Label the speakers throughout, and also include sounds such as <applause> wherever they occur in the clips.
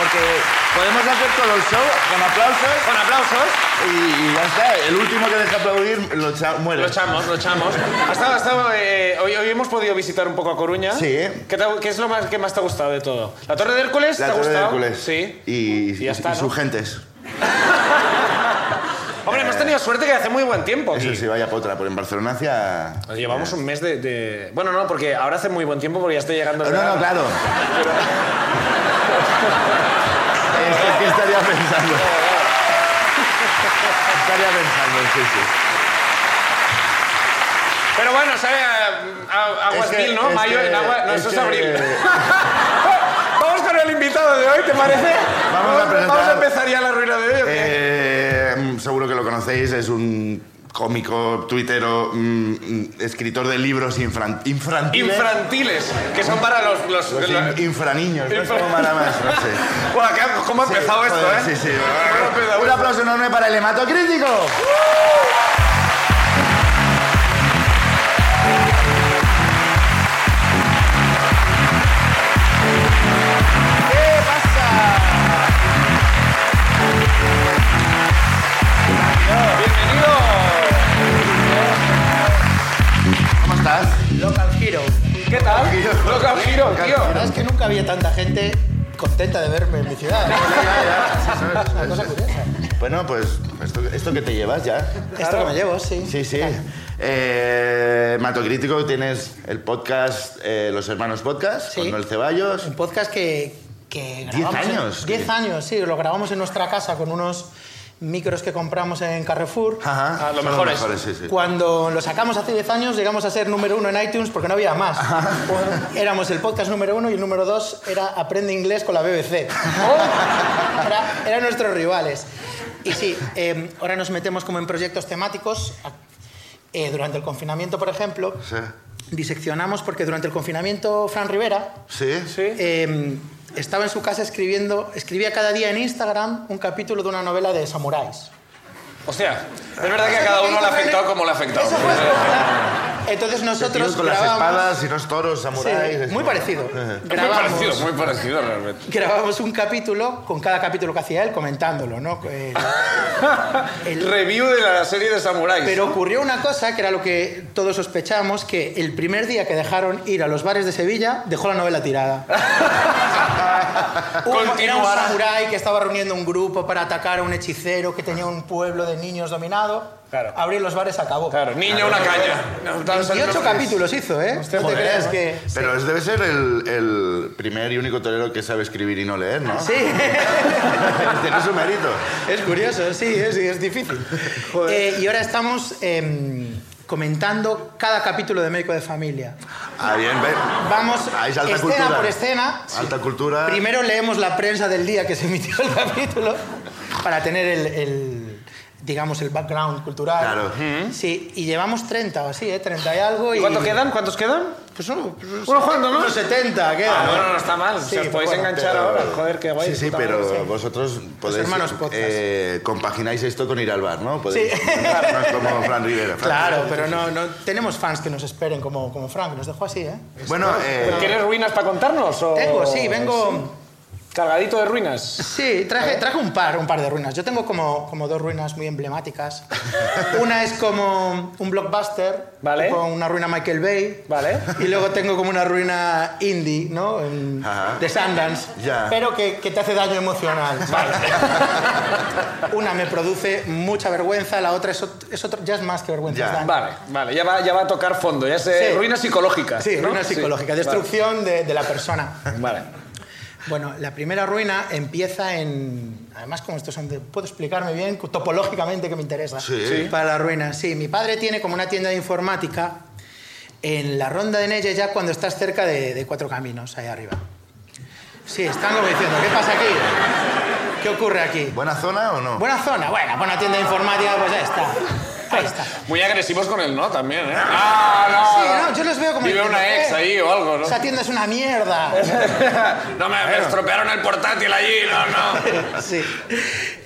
Speaker 1: Eh, podemos hacer todo el show con aplausos
Speaker 2: Con aplausos.
Speaker 1: y, y ya está. El último que deja aplaudir lo cha- muere.
Speaker 2: Lo echamos, lo echamos. Ha estado- ha estado, eh, hoy, hoy hemos podido visitar un poco a Coruña.
Speaker 1: Sí.
Speaker 2: ¿Qué, te ha- qué es lo más, que más te ha gustado de todo? ¿La Torre de Hércules? ¿Te
Speaker 1: la
Speaker 2: ha
Speaker 1: Torre de
Speaker 2: gustado?
Speaker 1: Hércules.
Speaker 2: Sí.
Speaker 1: Y,
Speaker 2: Y ya
Speaker 1: y-
Speaker 2: está,
Speaker 1: y
Speaker 2: ¿no?
Speaker 1: sus gentes.
Speaker 2: Hombre, hemos tenido suerte que hace muy buen tiempo. aquí.
Speaker 1: Eso sí, vaya potra, pero en Barcelona hacia...
Speaker 2: Llevamos un mes de, de- Bueno, no, porque ahora hace muy buen tiempo porque ya estoy llegando.
Speaker 1: No,
Speaker 2: el
Speaker 1: no,
Speaker 2: verano. <laughs>
Speaker 1: claro. Es que estaría pensando. Estaría pensando, sí, sí.
Speaker 2: Pero bueno, sabe a, a- a
Speaker 1: Es que-
Speaker 2: aguasmil, ¿no?
Speaker 1: es
Speaker 2: Mayo,
Speaker 1: que-
Speaker 2: en agua... No,
Speaker 1: es
Speaker 2: eso es
Speaker 1: que-
Speaker 2: abril. Vamos con el invitado de hoy, ¿te parece?
Speaker 1: Vamos a presentar-
Speaker 2: vamos a empezar ya la ruina de hoy. ¿o qué?
Speaker 1: Eh, seguro que lo conocéis, es un cómico, tuitero, mm, mm, escritor de libros infran- infantiles.
Speaker 2: Infantiles, que son para los... los,
Speaker 1: Los
Speaker 2: los-
Speaker 1: in- infraniños, no sé
Speaker 2: Infra-
Speaker 1: cómo van a más, no sé.
Speaker 2: Buah, ¿qué ha- ¿Cómo ha <laughs> empezado
Speaker 1: Sí,
Speaker 2: esto,
Speaker 1: joder,
Speaker 2: eh?
Speaker 1: Sí, sí.
Speaker 2: ¿Cómo ha empezado
Speaker 1: Un
Speaker 2: esto?
Speaker 1: aplauso enorme para el hematocrítico. ¿Qué pasa?
Speaker 2: Bienvenido.
Speaker 1: ¿Cómo estás?
Speaker 3: Local Hero.
Speaker 2: ¿Qué tal?
Speaker 1: Giro.
Speaker 2: Loca giro,
Speaker 1: Loca
Speaker 2: tío.
Speaker 3: La verdad es que nunca había tanta gente contenta de verme en mi ciudad. Es una cosa curiosa.
Speaker 1: Bueno, pues esto, esto que te llevas ya.
Speaker 3: Esto que me llevo, sí.
Speaker 1: Sí, sí. Eh, hematocrítico, tienes el podcast eh, Los Hermanos Podcast
Speaker 3: Sí.
Speaker 1: con Noel Ceballos.
Speaker 3: Un podcast que, que grabamos... en-
Speaker 1: años?
Speaker 3: Diez años, sí. Lo grabamos en nuestra casa con unos micros que compramos en Carrefour.
Speaker 1: Ajá.
Speaker 2: Ah, lo
Speaker 1: son los
Speaker 2: mejores.
Speaker 1: mejores, sí, sí.
Speaker 3: Cuando lo sacamos hace 10 años llegamos a ser número uno en iTunes porque no había más. <laughs> Éramos el podcast número uno y el número dos era Aprende Inglés con la BBC. Oh. Era- eran nuestros rivales. Y sí, eh, ahora nos metemos como en proyectos temáticos. Eh, durante el confinamiento, por ejemplo,
Speaker 1: Sí.
Speaker 3: diseccionamos porque durante el confinamiento Fran Rivera
Speaker 1: Sí.
Speaker 2: Sí.
Speaker 3: eh, estaba en su casa escribiendo, escribía cada día en Instagram un capítulo de una novela de samuráis.
Speaker 2: Hostia, es verdad que a cada uno le ha afectado como le ha afectado.
Speaker 3: Eso fue su cosa. Entonces
Speaker 1: Tíos
Speaker 3: nosotros
Speaker 1: con las
Speaker 3: grabamos-
Speaker 1: espadas y los toros,
Speaker 3: Sí,
Speaker 1: samuráis.
Speaker 3: muy parecido.
Speaker 2: Es Muy parecido, muy parecido realmente.
Speaker 3: grabamos un capítulo con cada capítulo que hacía él comentándolo, ¿no?
Speaker 2: <laughs>
Speaker 3: Eh,
Speaker 2: El review de la serie de samuráis.
Speaker 3: pero ocurrió una cosa que era lo que todos sospechamos, que el primer día que dejaron ir a los bares de Sevilla, dejó la
Speaker 2: <laughs>
Speaker 3: novela tirada. Un- era un
Speaker 2: Continuará.
Speaker 3: samurái que estaba reuniendo un grupo para atacar a un hechicero que tenía un pueblo de niños dominado.
Speaker 2: Claro.
Speaker 3: Abrir los bares acabó.
Speaker 2: Claro, niño, una caña. No, tal,
Speaker 3: 28
Speaker 2: no,
Speaker 3: capítulos hizo, ¿eh? no te
Speaker 1: Joder,
Speaker 3: creas que...
Speaker 1: Pero es- debe ser el, el primer y único torero que sabe escribir y no leer, ¿no? <laughs>
Speaker 3: Sí. <laughs>
Speaker 1: Tiene su mérito.
Speaker 3: Es curioso, sí, es, es difícil. Eh, y ahora estamos em, comentando cada capítulo de Médico de Familia.
Speaker 1: Ah, bien, ve.
Speaker 3: Vamos
Speaker 1: Ah, es alta
Speaker 3: escena
Speaker 1: cultura.
Speaker 3: por escena.
Speaker 1: Alta cultura.
Speaker 3: Primero leemos la prensa del día que se emitió el <laughs> capítulo para tener el, el, digamos, el background cultural.
Speaker 1: Claro.
Speaker 3: Sí, y llevamos 30 o así, ¿eh? 30 y algo.
Speaker 2: ¿Y
Speaker 3: Y
Speaker 2: cuánto quedan? ¿Cuántos quedan?
Speaker 3: Pues uno, pues unos
Speaker 2: Uno jugando, ¿no? Ah,
Speaker 3: unos 70 quedan.
Speaker 2: no, no, no está mal.
Speaker 3: Sí,
Speaker 2: Si os podéis
Speaker 3: bueno,
Speaker 2: enganchar
Speaker 1: Ah, pero-
Speaker 2: ahora. Joder, qué guay.
Speaker 1: Sí, sí,
Speaker 2: puta
Speaker 1: pero
Speaker 2: madre, sí.
Speaker 1: vosotros podéis.
Speaker 3: hermanos podcast.
Speaker 1: eh, compagináis esto con ir al bar, ¿no? Podéis,
Speaker 3: Sí.
Speaker 1: No es como Fran Rivera. Fran.
Speaker 3: Claro, pero no, no tenemos fans que nos esperen como, como Frank, nos dejó así, ¿eh?
Speaker 1: Bueno, eh,
Speaker 2: ¿Tienes ruinas para contarnos? o-
Speaker 3: Tengo, sí, vengo.
Speaker 2: Cargadito de ruinas.
Speaker 3: Sí, traje, traje un par, un par de ruinas. Yo tengo como, como dos ruinas muy emblemáticas. Una es como un blockbuster,
Speaker 2: Vale.
Speaker 3: con una ruina Michael Bay.
Speaker 2: Vale.
Speaker 3: Y luego tengo como una ruina indie, ¿no? En-
Speaker 1: Ajá.
Speaker 3: de Sundance.
Speaker 1: Ya.
Speaker 3: Pero que, que te hace daño emocional. <laughs> Una me produce mucha vergüenza, la otra es, ot- es otro, ya es más que vergüenza.
Speaker 1: Ya.
Speaker 3: es daño.
Speaker 2: Vale, vale. Ya va, ya va a tocar fondo. Ya sé.
Speaker 3: Sí.
Speaker 2: Ruinas psicológicas.
Speaker 3: Sí,
Speaker 2: ¿no?
Speaker 3: ruina psicológica,
Speaker 2: vale.
Speaker 3: destrucción de, de la persona.
Speaker 2: Vale.
Speaker 3: Bueno, la primera ruina empieza en... Además, como estos son de... Puedo explicarme bien topológicamente que me interesa.
Speaker 1: Sí. Sí.
Speaker 3: Para la ruina, sí. Mi padre tiene como una tienda de informática en la ronda de Nelle ya cuando estás cerca de, de Cuatro Caminos, ahí arriba. Sí, están como diciendo, ¿qué pasa aquí? ¿Qué ocurre aquí?
Speaker 1: ¿buena zona o no?
Speaker 3: Buena zona, buena, buena tienda de informática, pues ya está. Ahí está.
Speaker 2: Muy agresivos con el no también, ¿eh? Ah, no.
Speaker 3: Sí, no, yo los veo como
Speaker 2: Vive
Speaker 3: diciendo,
Speaker 2: una ex
Speaker 3: "Eh,
Speaker 2: ahí o algo, ¿no?
Speaker 3: Esa tienda es una mierda.
Speaker 2: no, me, me estropearon el portátil allí, no, no.
Speaker 3: <laughs> Sí.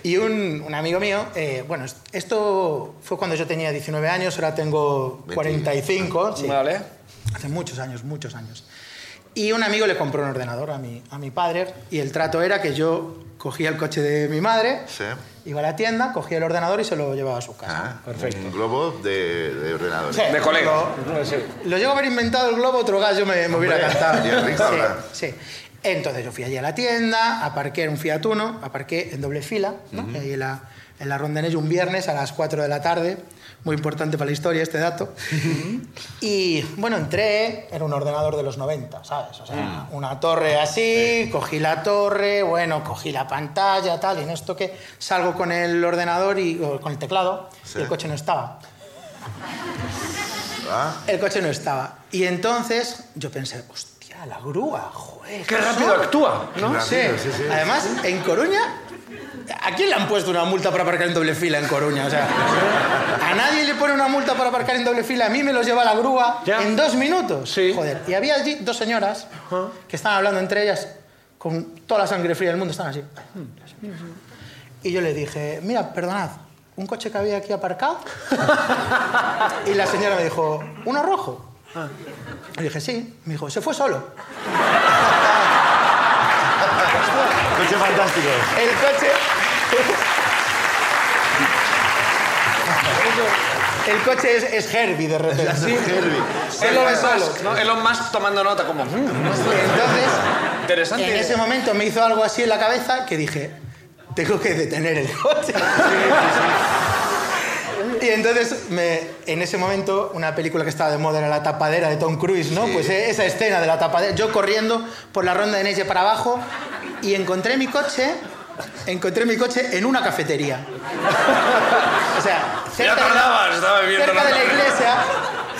Speaker 3: Y un, un amigo mío, eh, bueno, est- esto fue cuando yo tenía 19 años, ahora tengo 45, sí.
Speaker 2: Vale.
Speaker 3: hace muchos años, muchos años. Y un amigo le compró un ordenador a mi, a mi padre y el trato era que yo cogía el coche de mi madre,
Speaker 1: Sí.
Speaker 3: iba a la tienda, cogía el ordenador y se lo llevaba a su casa.
Speaker 1: Ah,
Speaker 2: Perfecto.
Speaker 1: Un globo de, de ordenador.
Speaker 3: Sí.
Speaker 2: De colega. Sí.
Speaker 3: Lo llego a haber inventado el globo, otro gallo me, me hubiera cantado.
Speaker 1: sería rico, ¿verdad?
Speaker 3: sí, sí. Entonces yo fui allí a la tienda, aparqué en un Fiat Uno, aparqué en doble fila, ¿no? Ahí en la, en la Rondonella un viernes a las 4 de la tarde. Muy importante para la historia este dato. Y bueno, entré, era un ordenador de los 90, ¿sabes? O sea,
Speaker 1: Mm.
Speaker 3: una torre así, cogí la torre, bueno, cogí la pantalla, tal, y en esto que salgo con el ordenador y o con el teclado,
Speaker 1: Sí.
Speaker 3: y el coche no estaba.
Speaker 1: Ah,
Speaker 3: El coche no estaba. Y entonces yo pensé, hostia, la grúa, joder.
Speaker 2: Qué
Speaker 3: son-
Speaker 2: rápido actúa, ¿no?
Speaker 1: Qué
Speaker 3: No sé.
Speaker 1: rápido, sí, sí.
Speaker 3: Además, en Coruña, ¿a quién le han puesto una multa para aparcar en doble fila en Coruña? O sea, a nadie le pone una multa para aparcar en doble fila. A mí me los lleva la grúa
Speaker 2: Ya.
Speaker 3: en dos minutos.
Speaker 2: Sí.
Speaker 3: Joder. Y había allí dos señoras que estaban hablando entre ellas con toda la sangre fría del mundo. Estaban así. Y yo le dije, mira, perdonad, un coche que había
Speaker 2: <laughs>
Speaker 3: aquí aparcado. y la señora me dijo, ¿uno rojo?
Speaker 2: Ah.
Speaker 3: Le dije, sí. Me dijo, se fue solo.
Speaker 1: coche fantástico.
Speaker 3: El coche. El coche es, es Herbie de repente. <laughs> Sí.
Speaker 1: <laughs> Herbie.
Speaker 3: Se lo ve solo.
Speaker 2: ¿no? Elon Musk tomando nota como... "Mm,
Speaker 3: Entonces,
Speaker 2: interesante.
Speaker 3: en ese momento me hizo algo así en la cabeza que dije, tengo que detener el coche. Y entonces, me, en ese momento, una película que estaba de moda era La tapadera de Tom Cruise, ¿no? Pues eh, esa escena de la tapadera, yo corriendo por la ronda de Neye para abajo y encontré mi coche, encontré mi coche en una cafetería. o sea, cerca, de la-
Speaker 2: tardabas, estaba viendo
Speaker 3: cerca
Speaker 2: la
Speaker 3: de la
Speaker 2: tapadera.
Speaker 3: iglesia,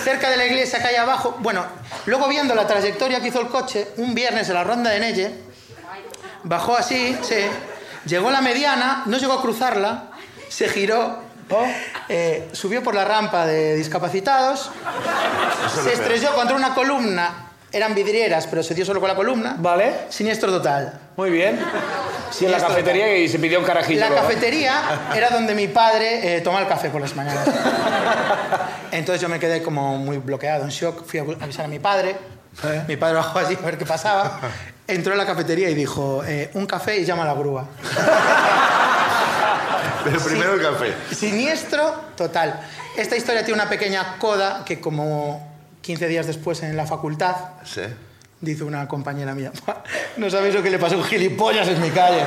Speaker 3: cerca de la iglesia que hay abajo. Bueno, luego viendo la trayectoria que hizo el coche, un viernes en la ronda de Neye, Bajó así, sí. Llegó a la mediana, no llegó a cruzarla, se giró, eh, subió por la rampa de discapacitados,
Speaker 1: es lo
Speaker 3: se
Speaker 1: peor.
Speaker 3: estrelló contra una columna. Eran vidrieras, pero se dio solo con la columna.
Speaker 2: Vale.
Speaker 3: Siniestro total.
Speaker 2: Muy bien. Sí, en la
Speaker 3: Esto-
Speaker 2: cafetería y se pidió un carajillo.
Speaker 3: La
Speaker 2: luego.
Speaker 3: cafetería era donde mi padre eh, tomaba el café por las mañanas. Entonces yo me quedé como muy bloqueado, en shock. Fui a bu- avisar a mi padre. Mi padre bajó así a ver qué pasaba. Entró en la cafetería y dijo, eh, un café y llama a la grúa.
Speaker 1: Pero primero el café.
Speaker 3: Siniestro total. Esta historia tiene una pequeña coda que como 15 días después en la facultad
Speaker 1: Sí.
Speaker 3: dice una compañera mía, "Buah, no sabéis lo que le pasó a un gilipollas en mi calle.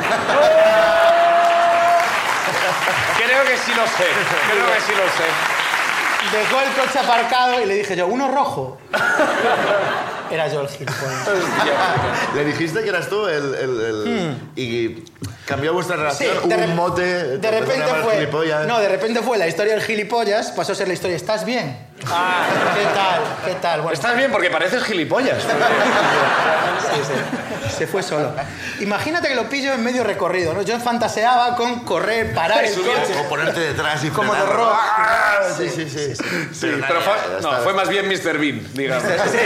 Speaker 2: Creo que sí lo sé. Creo que sí lo sé.
Speaker 3: Dejó el coche aparcado y le dije yo, uno rojo. <laughs> Era yo el gilipollas. <laughs>
Speaker 1: Le dijiste que eras tú el... el- el- Y cambió vuestra
Speaker 3: Hmm. Sí,
Speaker 1: relación. Hubo
Speaker 3: de re-
Speaker 1: un mote.
Speaker 3: de
Speaker 1: te
Speaker 3: repente
Speaker 1: llamaban
Speaker 3: fue,
Speaker 1: gilipollas.
Speaker 3: no, de repente fue la historia del gilipollas, pasó a ser la historia, ¿estás bien? ¿Qué tal? ¿Qué tal? Bueno,
Speaker 2: Ah, Estás bien porque pareces gilipollas.
Speaker 3: Sí, sí. Se fue solo. Imagínate que lo pillo en medio recorrido, ¿no? Yo fantaseaba con correr, parar el
Speaker 2: Subir.
Speaker 3: coche.
Speaker 1: O ponerte detrás y
Speaker 3: Como de
Speaker 1: frenar.
Speaker 3: rock.
Speaker 1: ¡Ah! Sí, sí, sí.
Speaker 2: Sí, pero fue, no, fue más bien Mr. Bean, digamos.
Speaker 3: Sí,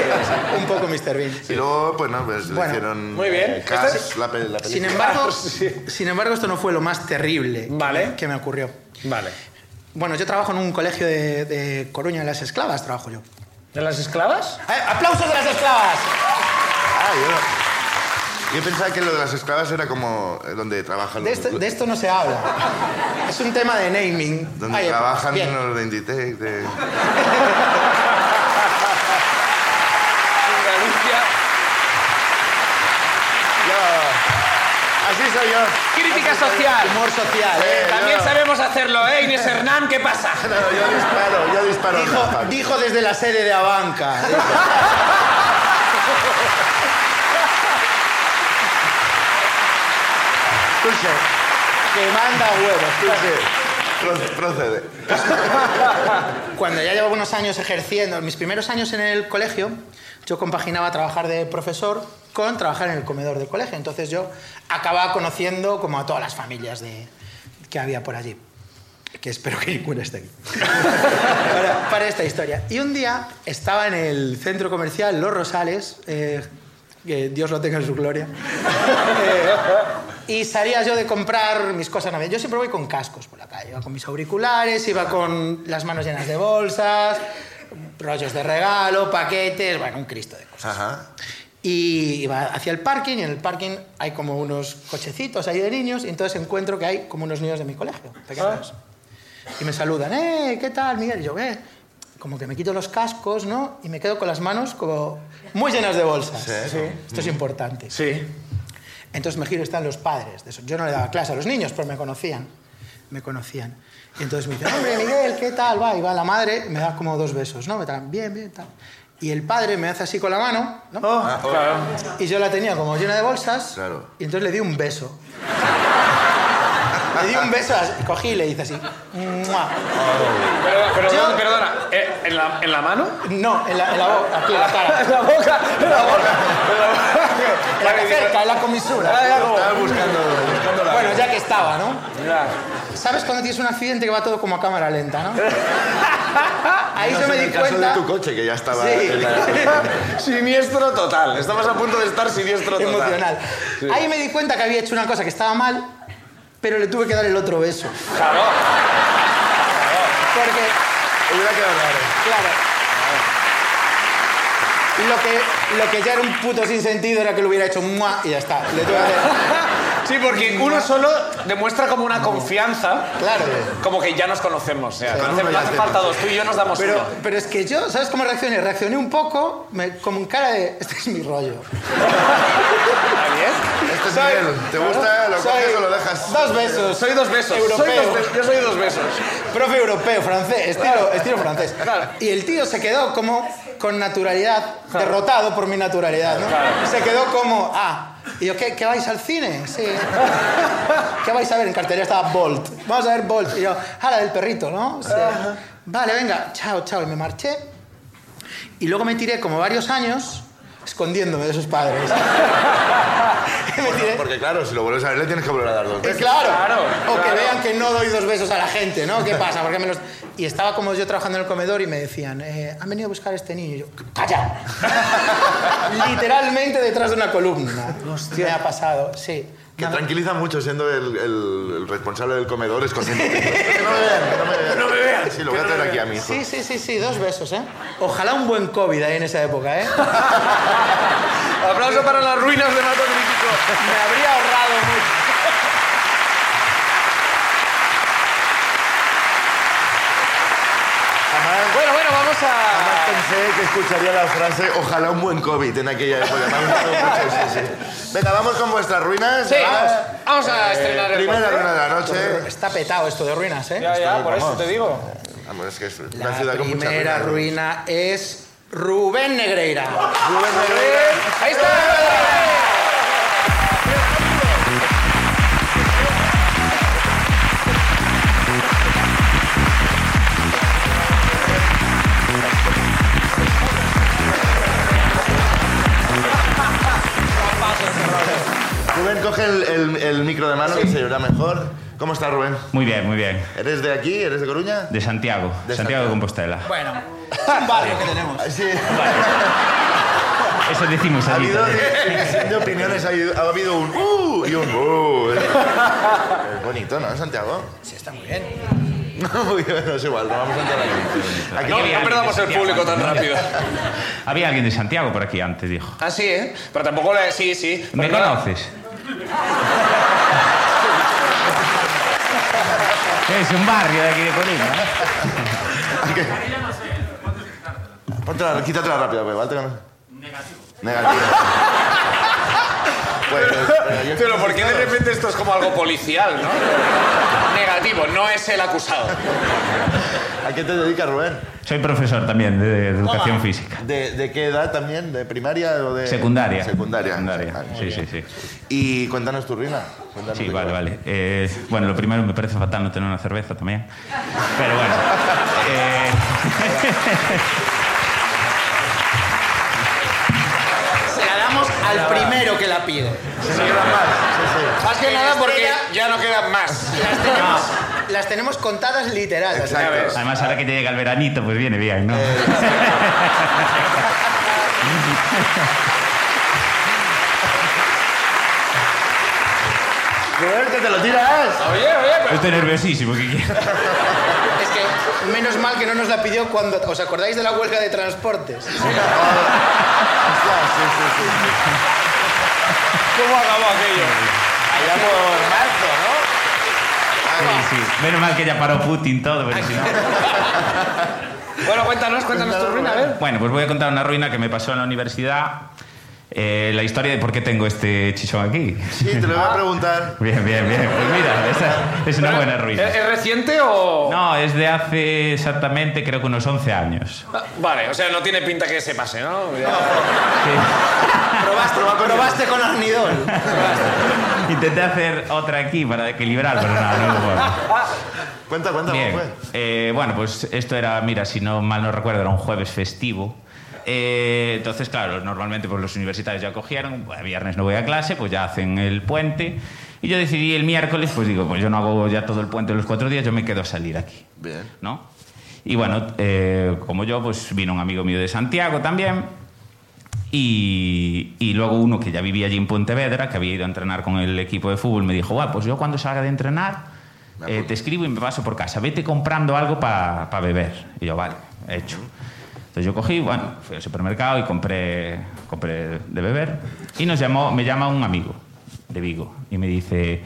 Speaker 3: un poco Mr. Bean.
Speaker 1: Y luego, pues no, pues le
Speaker 3: Bueno,
Speaker 1: hicieron...
Speaker 2: muy bien.
Speaker 1: eh, Cars,
Speaker 2: Esta-
Speaker 1: la, pe- la película.
Speaker 3: Sin embargo,
Speaker 2: <laughs> Sí.
Speaker 3: sin embargo, esto no fue lo más terrible
Speaker 2: Vale.
Speaker 3: que me ocurrió.
Speaker 2: Vale.
Speaker 3: Bueno, yo trabajo en un colegio de, de Coruña, en las esclavas trabajo yo.
Speaker 2: ¿De las esclavas?
Speaker 3: ¡Eh, ¡Aplausos de las esclavas!
Speaker 1: Ah, yo... Yo pensaba que lo de las esclavas era como eh, donde trabajan...
Speaker 3: De esto, de esto no se habla. Es un tema de naming.
Speaker 1: Donde
Speaker 3: Ahí está.
Speaker 1: trabajan
Speaker 3: Bien.
Speaker 1: los de Inditec, de...
Speaker 2: Galicia.
Speaker 1: Así soy yo.
Speaker 2: Crítica social.
Speaker 3: Humor social.
Speaker 1: Eh,
Speaker 2: También
Speaker 1: yo-
Speaker 2: sabemos hacerlo, ¿eh? Inés Hernán, ¿qué pasa?
Speaker 1: No, yo disparo, yo disparo.
Speaker 3: Dijo, dijo desde la sede de Abanca. <laughs>
Speaker 1: Escuche,
Speaker 3: que manda huevos.
Speaker 1: escuche. Pro- Procede.
Speaker 3: Cuando ya llevaba unos años ejerciendo, en mis primeros años en el colegio, yo compaginaba trabajar de profesor con trabajar en el comedor del colegio. Entonces yo acababa conociendo como a todas las familias de, que había por allí. Que espero que ninguna esté aquí. <laughs> para, para esta historia. Y un día estaba en el centro comercial Los Rosales, eh, que Dios lo tenga en su gloria. <laughs> Y salía yo de comprar mis cosas navideñas. Yo siempre voy con cascos por la calle. Iba con mis auriculares, iba con las manos llenas de bolsas, rollos de regalo, paquetes, bueno, un cristo de cosas.
Speaker 1: Ajá.
Speaker 3: Y iba hacia el parking y en el parking hay como unos cochecitos ahí de niños y entonces encuentro que hay como unos niños de mi colegio, pequeños. Y me saludan, ¡eh! ¿Qué tal, Miguel? Y yo, ¿qué? Como que me quito los cascos, ¿no? Y me quedo con las manos como muy llenas de bolsas. Esto es
Speaker 1: Mm.
Speaker 3: importante.
Speaker 2: Sí.
Speaker 3: Entonces me giro y están los padres de eso. Yo no le daba clase a los niños, pero me conocían. Me conocían. Y entonces me dicen, hombre, Miguel, ¿qué tal? Va, y va la madre, me da como dos besos, ¿no? Me traen, bien, bien, tal. Y el padre me hace así con la mano, ¿no?
Speaker 1: Ah, oh,
Speaker 2: Claro.
Speaker 3: Y yo la tenía como llena de bolsas.
Speaker 1: Claro.
Speaker 3: Y entonces le di un beso.
Speaker 1: <laughs>
Speaker 3: le di un beso, así, cogí y le hice así. ¡mua!
Speaker 2: Perdona, perdona,
Speaker 3: Yo-
Speaker 2: perdona. Eh, ¿En la, ¿En la mano?
Speaker 3: No, en la, en la boca, aquí en la cara.
Speaker 2: la boca, en la boca.
Speaker 3: En la cerca, en la comisura.
Speaker 2: Ah, ya como-
Speaker 1: Estaba buscando, buscando la...
Speaker 3: Bueno, ya que estaba, ¿no?
Speaker 2: Ya.
Speaker 3: ¿Sabes cuando tienes un accidente que va todo como a cámara
Speaker 1: <laughs>
Speaker 3: lenta, no? Ahí
Speaker 1: No
Speaker 3: yo
Speaker 1: sé,
Speaker 3: me
Speaker 1: en
Speaker 3: di
Speaker 1: el caso
Speaker 3: cuenta.
Speaker 1: de tu coche, que ya estaba...
Speaker 3: Sí.
Speaker 1: en
Speaker 3: <laughs>
Speaker 1: la-
Speaker 2: Siniestro total. Estamos a punto de estar siniestro total.
Speaker 3: emocional. Ahí me di cuenta que había hecho una cosa que estaba mal, pero le tuve que dar el otro beso.
Speaker 2: Claro.
Speaker 3: Porque,
Speaker 1: Hubiera quedado raro.
Speaker 3: claro. Lo que, lo que ya era un puto sinsentido era que lo hubiera hecho ¡mua! y ya está. Le tuve que hacer-
Speaker 2: Sí, porque uno solo demuestra como una confianza,
Speaker 3: Claro.
Speaker 2: como que ya nos conocemos. ya.
Speaker 1: Con
Speaker 2: no hace,
Speaker 1: uno ya
Speaker 2: no hace
Speaker 1: te
Speaker 2: falta dos, tú y yo nos damos
Speaker 3: Pero,
Speaker 2: uno.
Speaker 3: pero es que yo, ¿sabes cómo reaccioné? Reaccioné un poco, me, como en cara de. Este es mi rollo.
Speaker 2: ¿Está bien?
Speaker 1: Este es
Speaker 2: Soy-
Speaker 1: Miguel. ¿Te gusta? ¿Lo
Speaker 3: Soy-
Speaker 1: coges o lo dejas?
Speaker 3: Dos besos.
Speaker 2: Soy dos besos.
Speaker 3: Europeo.
Speaker 2: Soy dos besos. Yo soy dos besos.
Speaker 3: Profe europeo, francés, estilo, estilo francés.
Speaker 2: Claro.
Speaker 3: Y el tío se quedó como con naturalidad, derrotado por mi naturalidad, ¿no? Se quedó como, ah, y yo, ¿qué, qué vais al cine? Sí. ¿Qué vais a ver? En cartelera estaba Bolt. Vamos a ver Bolt. Y yo, ah, la del perrito, ¿no? Sí. Vale, venga, chao, chao. Y me marché. Y luego me tiré como varios años escondiéndome de sus padres. <laughs> Y me tiré-
Speaker 1: Porque claro, si lo vuelves a ver, le tienes que volver a dar dos
Speaker 3: eh,
Speaker 1: veces.
Speaker 3: claro.
Speaker 2: Claro,
Speaker 3: O que
Speaker 2: claro.
Speaker 3: vean que no doy dos besos a la gente, ¿no? ¿Qué pasa? Porque me los... Y estaba como yo trabajando en el comedor y me decían, eh, han venido a buscar a este niño. Y yo, <laughs> ¡calla! Literalmente detrás de una columna. Hostia. Me ha pasado, sí.
Speaker 1: Que
Speaker 3: Nada.
Speaker 1: tranquiliza mucho siendo el, el- el responsable del comedor escondiendo. que <laughs> no me vean, que no me vean. no me vean. Sí, lo voy a traer aquí a mi hijo.
Speaker 3: Sí, sí, sí, sí, dos besos, ¿eh? Ojalá un buen COVID ahí en esa <laughs> época, ¿eh? Me
Speaker 2: Aplauso para las ruinas de Mato Crítico.
Speaker 3: habría ahorrado mucho.
Speaker 1: Jamás,
Speaker 2: Bueno, bueno, vamos
Speaker 1: jamás
Speaker 2: a...
Speaker 1: Ah, pensé que escucharía la frase ojalá un buen COVID en aquella época. Me ha gustado mucho, sí, sí. <laughs> Venga, vamos con vuestras ruinas.
Speaker 2: Sí,
Speaker 1: vamos. Eh,
Speaker 2: vamos a estrenar el
Speaker 1: Primera
Speaker 2: corte.
Speaker 1: ruina de la noche.
Speaker 3: Está petado esto de ruinas, ¿eh?
Speaker 2: Ya, ya, por eso
Speaker 1: Vamos.
Speaker 2: te digo.
Speaker 1: Vamos, es que es una
Speaker 3: La
Speaker 1: ciudad con muchas
Speaker 3: primera
Speaker 1: ruinas.
Speaker 3: ruina es Rubén Negreira.
Speaker 1: Rubén Rodríguez.
Speaker 2: ¡Ahí está!
Speaker 1: Rubén, coge el, el- el micro de mano que se oirá mejor. ¿Cómo estás, Rubén?
Speaker 4: Muy bien, muy bien.
Speaker 1: ¿Eres de aquí? ¿Eres de Coruña?
Speaker 4: De Santiago,
Speaker 1: De
Speaker 4: Santiago,
Speaker 1: Santiago. Ah,
Speaker 4: de Compostela.
Speaker 3: <laughs> Bueno, es un barrio que tenemos.
Speaker 1: Sí.
Speaker 4: Eso decimos
Speaker 1: Ha
Speaker 4: allí.
Speaker 1: habido, eh,
Speaker 4: también.
Speaker 1: de opiniones, ha habido, ha habido un uh y un uh. Es bonito, ¿no, Santiago? <laughs>
Speaker 3: Sí, está muy bien.
Speaker 1: Muy bien, no es igual, no vamos a entrar aquí. Aquí
Speaker 2: No,
Speaker 4: Había
Speaker 2: no
Speaker 4: alguien
Speaker 2: perdamos
Speaker 4: de
Speaker 2: el público tan
Speaker 4: Santiago
Speaker 2: rápido.
Speaker 4: antes. Había alguien de Santiago por aquí antes, dijo.
Speaker 2: Ah, sí, ¿eh? Pero tampoco le... Sí, sí.
Speaker 4: ¿Me
Speaker 2: Pero nada.
Speaker 4: conoces? es un barrio de aquí de Colina.
Speaker 1: Póntela, quítatela rápido, pues, ¿vale? Negativo. <laughs> Negativo. Pues, pero yo-
Speaker 2: Pero ¿por qué de repente esto es como algo policial, no? Negativo, no es el acusado.
Speaker 1: ¿A qué te dedicas, Rubén?
Speaker 4: Soy profesor también de, de educación física.
Speaker 1: ¿De, de qué edad también? ¿De primaria o de...?
Speaker 4: Secundaria.
Speaker 1: Secundaria. Ah,
Speaker 4: Secundaria.
Speaker 1: muy
Speaker 4: Sí, sí,
Speaker 1: bien.
Speaker 4: sí.
Speaker 1: Y cuéntanos tu ruina. Cuéntanos
Speaker 4: Sí,
Speaker 1: tu
Speaker 4: vale,
Speaker 1: ruina.
Speaker 4: vale. Eh, bueno, lo primero me parece fatal no tener una cerveza también. Pero bueno. Eh,
Speaker 3: Se la damos al primero que la pide.
Speaker 1: Sí, sí, quedan más. Sí, sí.
Speaker 2: Más que
Speaker 3: En
Speaker 2: nada porque
Speaker 3: Estella-
Speaker 2: ya no quedan más.
Speaker 3: Las tenemos, las tenemos contadas literal. las
Speaker 1: Exacto.
Speaker 2: ves.
Speaker 4: además, ahora que te llega el veranito, pues viene bien, ¿no?
Speaker 1: Eh. Rubén, que te lo tiras.
Speaker 2: Oye, oye, pero... Ah,
Speaker 4: Estoy nerviosísimo. ¿qué quieres?
Speaker 3: tenemos. Es que menos mal que no nos la pidió cuando... ¿Os acordáis de la huelga de transportes?
Speaker 1: sí, sí, sí.
Speaker 2: ¿Cómo acabó aquello?
Speaker 5: Allá por marzo,
Speaker 4: Sí, sí. Menos mal que ya paró Putin todo, pero si no...
Speaker 2: Bueno, cuéntanos, cuéntanos tu ruina, a ver.
Speaker 4: Bueno, pues voy a contar una ruina que me pasó en la universidad. Eh, la historia de por qué tengo este chichón aquí. <laughs>
Speaker 1: Sí, te lo voy a preguntar.
Speaker 4: Bien, bien, bien. Pues mira, esa es una buena ruina.
Speaker 2: ¿Es, es reciente o...?
Speaker 4: No, es de hace exactamente creo que unos 11 años.
Speaker 2: Ah, Vale, o sea, no tiene pinta que se pase, ¿no? Ya.
Speaker 3: Probaste, probaste con hornidol.
Speaker 4: Intenté hacer otra aquí para equilibrar, pero nada, no lo puedo.
Speaker 1: Cuenta, cuenta, ¿cómo
Speaker 4: Bien.
Speaker 1: fue?
Speaker 4: Eh, bueno, pues esto era, mira, si no mal no recuerdo, era un jueves festivo. Eh, entonces, claro, normalmente pues, los universitarios ya cogieron, bueno, viernes no voy a clase, pues ya hacen el puente. Y yo decidí el miércoles, pues digo, pues yo no hago ya todo el puente los cuatro días, yo me quedo a salir aquí.
Speaker 1: Bien.
Speaker 4: ¿no? Y bueno, eh, como yo, pues vino un amigo mío de Santiago también. Y, y luego uno que ya vivía allí en Pontevedra, que había ido a entrenar con el equipo de fútbol, me dijo, "Guau, pues yo cuando salga de entrenar
Speaker 1: Me
Speaker 4: eh,
Speaker 1: apunto.
Speaker 4: te escribo y me paso por casa, vete comprando algo para beber. Y yo, vale, hecho. Entonces yo cogí, bueno, fui al supermercado y compré, compré de beber. Y nos llamó, me llama un amigo de Vigo y me dice,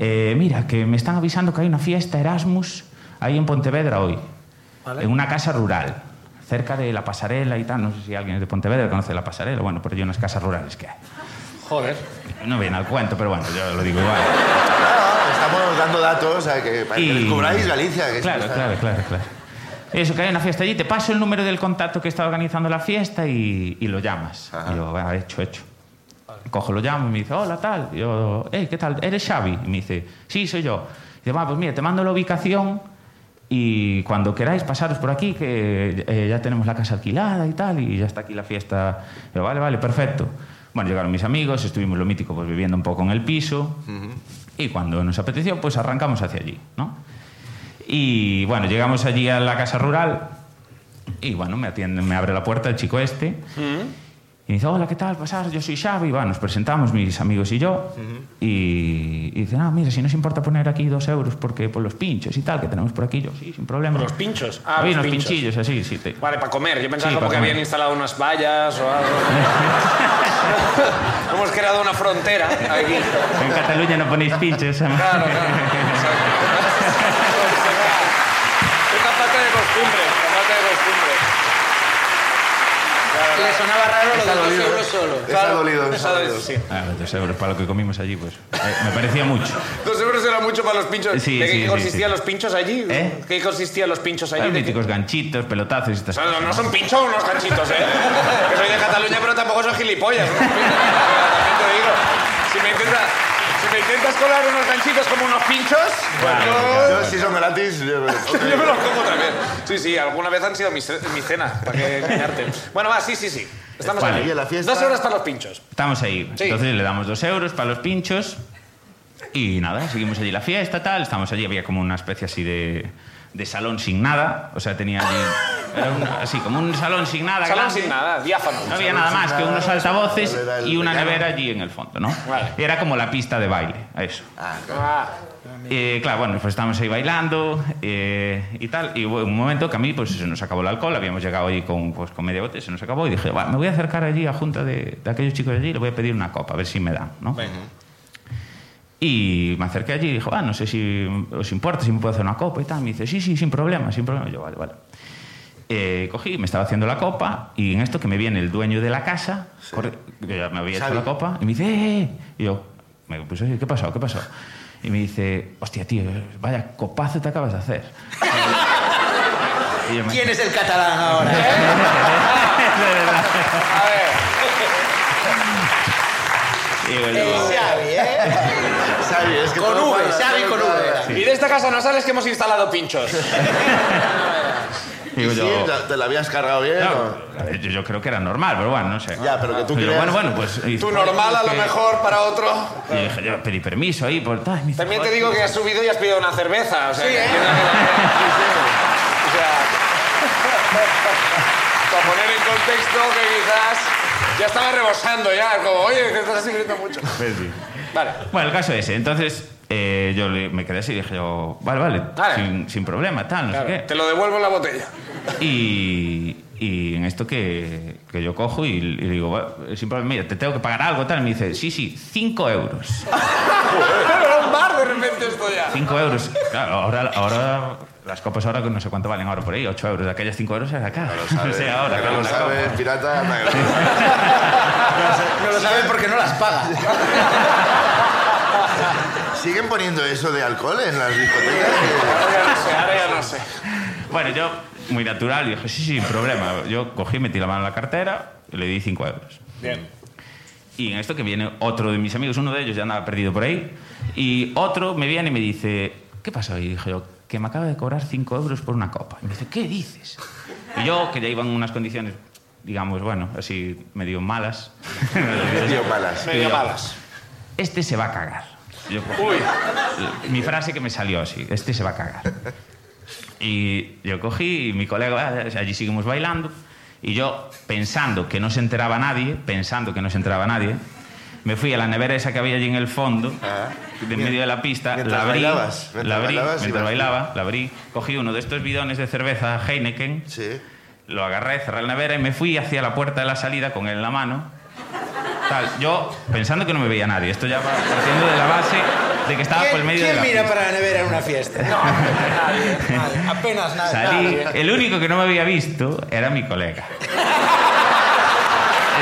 Speaker 4: "Eh, mira, que me están avisando que hay una fiesta Erasmus ahí en Pontevedra hoy, en una casa rural, cerca de la pasarela y tal. No sé si alguien es de Pontevedra conoce la pasarela, bueno, pero yo unas casas rurales que hay.
Speaker 2: Joder.
Speaker 4: No viene al cuento, pero bueno, yo lo digo igual.
Speaker 1: Ah, estamos dando datos o sea, que para que
Speaker 4: Y-
Speaker 1: descubráis Galicia. Que
Speaker 4: claro,
Speaker 1: está-
Speaker 4: claro, claro, claro. Eso, que hay una fiesta allí, te paso el número del contacto que está organizando la fiesta y, y lo llamas.
Speaker 1: Ajá.
Speaker 4: Y yo, va, hecho, hecho. Cojo, lo llamo y me dice, hola, tal. Y yo, hey, ¿qué tal? ¿Eres Xavi? Y me dice, sí, soy yo. Y dice, va, pues mira, te mando la ubicación y cuando queráis pasaros por aquí, que eh, ya tenemos la casa alquilada y tal, y ya está aquí la fiesta. Y yo, vale, vale, perfecto. Bueno, llegaron mis amigos, estuvimos lo mítico, pues viviendo un poco en el piso. Y cuando nos apeteció, pues arrancamos hacia allí, ¿no? Y bueno, llegamos allí a la casa rural y bueno, me atiende, me abre la puerta el chico este. Y dice, hola, ¿qué tal? Pasar, yo soy Xavi. Bueno, nos presentamos, mis amigos y yo. y, y dice, ah, mira, si nos importa poner aquí dos euros porque por los pinchos y tal que tenemos por aquí. Yo, sí, sin problema.
Speaker 2: ¿Los pinchos? Ah,
Speaker 4: Había
Speaker 2: los
Speaker 4: unos
Speaker 2: pinchos.
Speaker 4: pinchillos, así, sí. te-
Speaker 2: Vale, para comer. Yo pensaba
Speaker 4: Sí,
Speaker 2: como
Speaker 4: para
Speaker 2: que
Speaker 4: comer.
Speaker 2: habían instalado unas vallas o
Speaker 4: <laughs>
Speaker 2: algo. Hemos creado una frontera aquí.
Speaker 4: En Cataluña no ponéis pinchos. ¿eh?
Speaker 2: Claro, claro.
Speaker 4: <laughs>
Speaker 2: Exacto. Una falta de costumbre, una falta de costumbre.
Speaker 3: Le sonaba raro lo
Speaker 1: Está
Speaker 3: de dos
Speaker 1: dolido, ¿eh?
Speaker 3: euros solo.
Speaker 1: Está dolido, está
Speaker 2: está dolido,
Speaker 1: dolido.
Speaker 2: sí.
Speaker 4: Ah, dos euros para lo que comimos allí, pues. eh, me parecía mucho.
Speaker 2: Dos euros era mucho para los pinchos.
Speaker 4: Sí,
Speaker 2: ¿De qué
Speaker 4: sí, sí,
Speaker 2: consistían
Speaker 4: sí.
Speaker 2: los pinchos allí?
Speaker 4: ¿Eh?
Speaker 2: ¿Qué consistían los pinchos allí?
Speaker 4: Los
Speaker 2: ¿De qué?
Speaker 4: míticos ganchitos, pelotazos y estas
Speaker 2: O sea, no,
Speaker 4: cosas,
Speaker 2: no
Speaker 4: ¿no?
Speaker 2: son pinchos unos ganchitos, ¿eh? Que soy de Cataluña, pero tampoco soy gilipollas. ¿no? También te digo, si me, intenta- si me intentas colar unos ganchitos como unos pinchos, <laughs> pues
Speaker 4: Claro,
Speaker 2: yo-
Speaker 4: claro.
Speaker 1: Yo, si son gratis, yo...
Speaker 2: yo me los como también. Sí, sí, alguna vez han sido mi, ce- mi cena, para que engañarte. Bueno, va, sí, sí, sí. Estamos
Speaker 4: Vale.
Speaker 2: aquí.
Speaker 1: Y en la fiesta-
Speaker 2: Dos horas para los pinchos.
Speaker 4: Estamos ahí.
Speaker 2: Sí.
Speaker 4: Entonces le damos dos euros para los pinchos y nada, seguimos allí la fiesta, tal. Estamos allí, había como una especie así de, de salón sin nada. O sea, tenía allí. Era un- así, como un salón sin nada.
Speaker 2: Salón
Speaker 4: grande.
Speaker 2: sin nada, diáfano.
Speaker 4: No había nada más que
Speaker 1: nada,
Speaker 4: unos altavoces
Speaker 1: era el
Speaker 4: y una
Speaker 1: verano.
Speaker 4: nevera allí en el fondo, ¿no?
Speaker 2: Vale.
Speaker 4: Y Era como la pista de baile, eso.
Speaker 2: Ah,
Speaker 4: Eh, claro, bueno, pues estábamos ahí bailando eh, y tal. Y hubo un momento que a mí pues, se nos acabó el alcohol, habíamos llegado ahí con, pues, con media bote, se nos acabó. Y dije, "Va, me voy a acercar allí a junta de, de aquellos chicos de allí y le voy a pedir una copa, a ver si me dan, ¿no? Y me acerqué allí y dijo, ah, no sé si os importa, si me puedo hacer una copa y tal. Me dice, sí, sí, sin problema, sin problema. Yo, vale, vale. Eh, cogí, me estaba haciendo la copa y en esto que me viene el dueño de la casa, corre- que ya me había hecho
Speaker 1: Xavi.
Speaker 4: la copa, y me dice, ¡eh! eh, eh". Y yo, me puse, "Oye, ¿qué pasó? ¿Qué pasó? Y me dice, hostia, tío, vaya copazo te acabas de hacer. <laughs> Y yo me-
Speaker 3: ¿Quién es el catalán ahora?
Speaker 2: a ver.
Speaker 4: y digo yo,
Speaker 3: El Xavi, ¿eh?
Speaker 1: Xavi, es que
Speaker 3: Con
Speaker 1: todo
Speaker 3: V,
Speaker 1: cuadra,
Speaker 3: Xavi
Speaker 1: todo
Speaker 3: con
Speaker 1: cuadra.
Speaker 3: V.
Speaker 2: Y de esta casa no sales que hemos instalado pinchos.
Speaker 4: digo
Speaker 1: Y
Speaker 4: yo,
Speaker 1: sí, la- te la habías cargado bien.
Speaker 4: Claro,
Speaker 1: ¿o?
Speaker 4: a ver, yo, yo creo que era normal, pero bueno, no sé.
Speaker 1: Ya, pero que tú
Speaker 4: Y yo,
Speaker 1: creas-
Speaker 4: Bueno, bueno, pues... y-
Speaker 2: Tú normal a lo
Speaker 4: que-
Speaker 2: mejor para otro.
Speaker 4: Y yo dije, yo pedí permiso ahí por tal. y me dice,
Speaker 2: También te
Speaker 4: "Joder".
Speaker 2: digo que has subido y has pedido una ¿eh? <laughs> cerveza. O sea, <laughs> que entiendo que- O sea, Para poner en contexto que quizás ya estaba rebosando ya, como, oye, que estás escribiendo mucho. Vale.
Speaker 4: Bueno, el caso ese. Entonces eh, yo le- me quedé así y dije, yo, vale, vale,
Speaker 2: Vale.
Speaker 4: Sin, sin problema, tal, no sé
Speaker 2: Claro,
Speaker 4: qué.
Speaker 2: te lo devuelvo en la botella. <laughs>
Speaker 4: Y, y en esto que, que yo cojo y, y le digo, "Bueno, sin problema, mira, te tengo que pagar algo, tal. Y me dice, sí, sí, 5 euros.
Speaker 2: Pero era un bar de repente esto ya.
Speaker 4: 5 euros. Claro, ahora, ahora las copas ahora que no sé cuánto valen ahora por ahí, 8 euros. Aquellas 5 euros era acá. No, <laughs>
Speaker 1: Sabes,
Speaker 4: sé ahora.
Speaker 1: que
Speaker 4: claro,
Speaker 1: no lo
Speaker 4: una
Speaker 1: sabes,
Speaker 4: copa.
Speaker 1: pirata.
Speaker 4: <laughs>
Speaker 1: anda, que no.
Speaker 3: No lo saben porque no las paga.
Speaker 1: <laughs> ¿Siguen poniendo eso de alcohol en las discotecas?
Speaker 2: Ahora ya no sé, ahora ya no sé.
Speaker 4: Bueno, yo, muy natural, y dije, sí, sí, sin problema. Yo cogí, metí la mano en la cartera y le di 5 euros.
Speaker 2: Bien.
Speaker 4: Y en esto que viene otro de mis amigos, uno de ellos ya andaba perdido por ahí, y otro me viene y me dice, ¿qué pasó? Y dije yo, que me acaba de cobrar 5 euros por una copa. Y me dice, ¿qué dices? Y yo, que ya iba en unas condiciones, digamos, bueno, así medio malas.
Speaker 1: Tío, malas.
Speaker 2: Medio
Speaker 4: Tío.
Speaker 2: malas.
Speaker 4: este se va a cagar. Yo cogí-
Speaker 2: Uy.
Speaker 4: Mi frase que me salió así, este se va a cagar. Y yo cogí y mi colega, o sea, allí seguimos bailando, y yo pensando que no se enteraba nadie, pensando que no se enteraba nadie, me fui a la nevera esa que había allí en el fondo,
Speaker 1: Ah.
Speaker 4: de medio de la pista,
Speaker 1: Mientras
Speaker 4: la abrí,
Speaker 1: bailabas, mientras
Speaker 4: la abrí,
Speaker 1: bailabas,
Speaker 4: mientras
Speaker 1: ibas.
Speaker 4: bailaba, la abrí, cogí uno de estos bidones de cerveza Heineken,
Speaker 1: Sí.
Speaker 4: lo agarré, cerré la nevera y me fui hacia la puerta de la salida con él en la mano. Tal, yo pensando que no me veía nadie. Esto ya va partiendo de la base de que estaba por
Speaker 3: ¿Quién,
Speaker 4: el medio de
Speaker 3: quién
Speaker 4: la
Speaker 3: mira
Speaker 4: pista.
Speaker 3: para la nevera en una fiesta? No, nadie, nadie, apenas nadie. eh.
Speaker 4: Salí,
Speaker 3: Nadie.
Speaker 4: el único que no me había visto era mi
Speaker 3: <laughs>
Speaker 4: colega.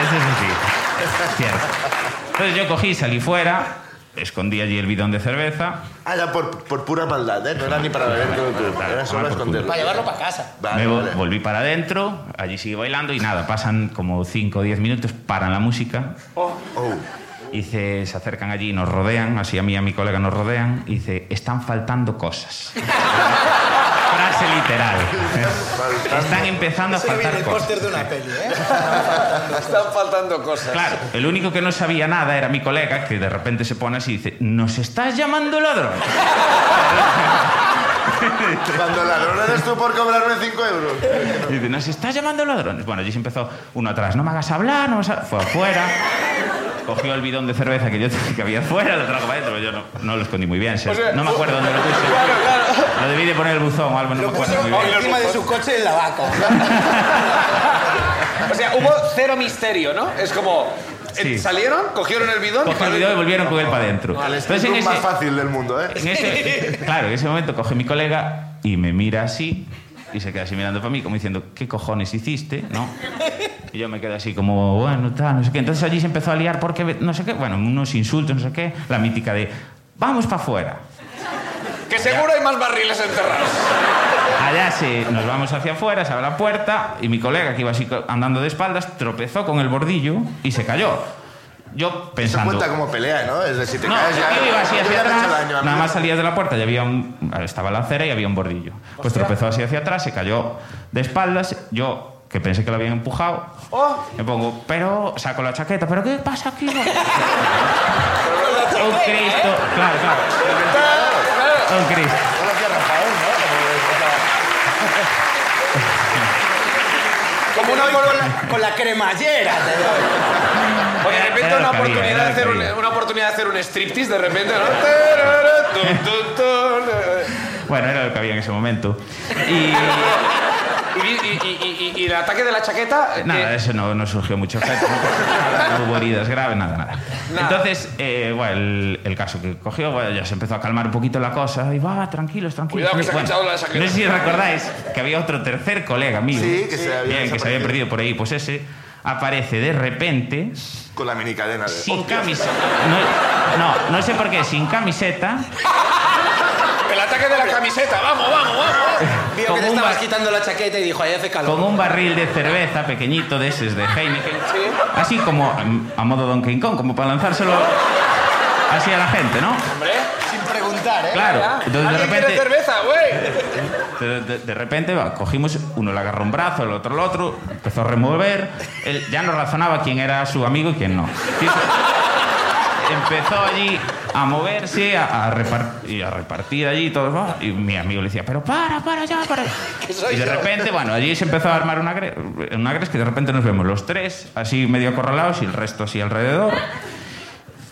Speaker 4: Eso es así. Cierto. Entonces yo cogí, salí fuera, escondí allí el bidón de cerveza,
Speaker 1: Ah, ya por, por pura maldad, ¿eh? No era ni para beber todo el tiempo, Era solo
Speaker 4: Tomar por
Speaker 1: esconderlo.
Speaker 3: Para llevarlo para casa.
Speaker 1: Vale,
Speaker 4: me vo-
Speaker 1: vale.
Speaker 4: volví para adentro, allí sigue bailando y nada, pasan como 5 o 10 minutos, paran la música, <laughs>
Speaker 1: Oh,
Speaker 4: Y dice, se acercan allí, nos rodean, así a mí y a mi colega nos rodean, y dice, están faltando
Speaker 3: <laughs>
Speaker 4: cosas. Frase literal.
Speaker 1: faltando.
Speaker 4: Están empezando a
Speaker 3: Eso viene
Speaker 4: faltar
Speaker 3: el
Speaker 4: cosas.
Speaker 3: póster de una peli, ¿eh?
Speaker 2: Están faltando cosas.
Speaker 4: Claro, el único que no sabía nada era mi colega, que de repente se pone así y dice, nos estás llamando ladrón.
Speaker 1: Cuando ladrón eres tú por cobrarme 5 euros.
Speaker 4: Y dice, nos estás llamando ladrones. Bueno, allí se empezó uno atrás, no me hagas hablar, no me hagas hab-". Fue afuera, cogió el bidón de cerveza que yo <laughs> que había afuera, lo trajo para adentro, pero yo no, no lo escondí muy bien. se-
Speaker 2: O sea,
Speaker 4: no me acuerdo dónde lo puse.
Speaker 2: <laughs> Claro, claro.
Speaker 4: Lo debí de poner el buzón o algo, no me
Speaker 3: Lo
Speaker 4: acuerdo
Speaker 3: puso
Speaker 4: muy bien.
Speaker 3: encima de su coche en la vaca.
Speaker 2: O sea, hubo cero misterio, ¿no? Es como. eh,
Speaker 4: Sí.
Speaker 2: Salieron, cogieron el bidón.
Speaker 4: Cogió el bidón y volvieron con él para adentro.
Speaker 1: El
Speaker 3: este
Speaker 4: Entonces, en
Speaker 1: escape room
Speaker 4: ese,
Speaker 1: más fácil del mundo, ¿eh?
Speaker 4: en ese- claro, en ese momento coge mi colega y me mira así y se queda así mirando para mí como diciendo, ¿qué cojones hiciste? ¿No? Y yo me quedo así como, bueno, tal, no sé qué. Entonces allí se empezó a liar porque, no sé qué, bueno, unos insultos, no sé qué, la mítica de, vamos para afuera.
Speaker 2: Que seguro hay más barriles enterrados.
Speaker 4: Allá se, nos vamos hacia afuera, se abre la puerta y mi colega que iba así co- andando de espaldas tropezó con el bordillo y se cayó. Yo
Speaker 1: Se
Speaker 4: pensando...
Speaker 1: cuenta como pelea, ¿no? Es decir, si te
Speaker 4: No,
Speaker 1: caes ya.
Speaker 4: yo iba así
Speaker 1: tú
Speaker 4: hacia
Speaker 1: ya te has hecho
Speaker 4: atrás.
Speaker 1: daño,
Speaker 4: nada
Speaker 1: amigo.
Speaker 4: más salías de la puerta y había un, estaba la acera y había un bordillo. Pues tropezó así hacia atrás, se cayó de espaldas. Yo, que pensé que lo habían empujado,
Speaker 1: Oh.
Speaker 4: me pongo, pero saco la chaqueta, ¿pero qué
Speaker 1: <laughs>
Speaker 4: pasa aquí? ¡Oh, Cristo! Claro, claro. ¡Oh, Cristo!
Speaker 1: Gracias, Rafael, ¿no?
Speaker 2: Como una corona.
Speaker 3: Con la cremallera. te doy.
Speaker 2: O de repente
Speaker 4: Era lo
Speaker 2: una
Speaker 4: que había,
Speaker 2: oportunidad, de
Speaker 4: era lo
Speaker 2: hacer
Speaker 4: que
Speaker 2: un,
Speaker 4: había.
Speaker 2: una oportunidad de hacer un striptease de repente, ¿no? Tarara, tun, tun, tun.
Speaker 4: Bueno, era lo que había en ese momento. Y
Speaker 2: Y, y- y- y- y el ataque de la chaqueta. eh,
Speaker 4: nada,
Speaker 2: que-
Speaker 4: eso no, no surgió mucho efecto. No, pasó nada, no hubo heridas graves, nada, nada.
Speaker 2: Nada.
Speaker 4: Entonces, eh, bueno, el, el caso que cogió, bueno, ya se empezó a calmar un poquito la cosa. Y va, tranquilos, tranquilos.
Speaker 2: Cuidado que se ha
Speaker 4: Bueno,
Speaker 2: cachado la chaqueta.
Speaker 4: No sé si recordáis que había otro tercer colega mío.
Speaker 1: Sí, que se había
Speaker 4: bien, que se había
Speaker 1: desaparecido.
Speaker 4: perdido por ahí. Pues ese aparece de repente
Speaker 1: Con la minicadena. de-
Speaker 4: sin
Speaker 1: Hostia.
Speaker 4: camiseta. No, no, no sé por qué, sin camiseta.
Speaker 2: El ataque de la camiseta. Vamos, vamos, vamos.
Speaker 3: Vio que
Speaker 4: Como
Speaker 3: te
Speaker 4: un
Speaker 3: estabas
Speaker 4: ba-
Speaker 3: quitando la chaqueta y dijo, ahí hace calor.
Speaker 4: con un barril de cerveza pequeñito de ese de Heineken, así como mm, a modo Donkey Kong, como para lanzárselo así a la gente, ¿no?
Speaker 2: Hombre.
Speaker 3: Sin preguntar, ¿eh?
Speaker 4: Claro, entonces de
Speaker 2: Ah, ¿Alguien quiere
Speaker 4: repente,
Speaker 2: cerveza, güey?
Speaker 4: de, de- de repente va, cogimos, uno le agarró un brazo, el otro el otro, empezó a remover, él ya no razonaba quién era su amigo y quién no. Quiso- empezó allí a moverse, a, a repar- y a repartir allí todo. va, Y mi amigo le decía, pero para, para, ya,
Speaker 2: <laughs>
Speaker 4: para. Y de repente, bueno, allí se empezó a armar una, gre- una gres que de repente nos vemos los tres, así medio acorralados y el resto así alrededor.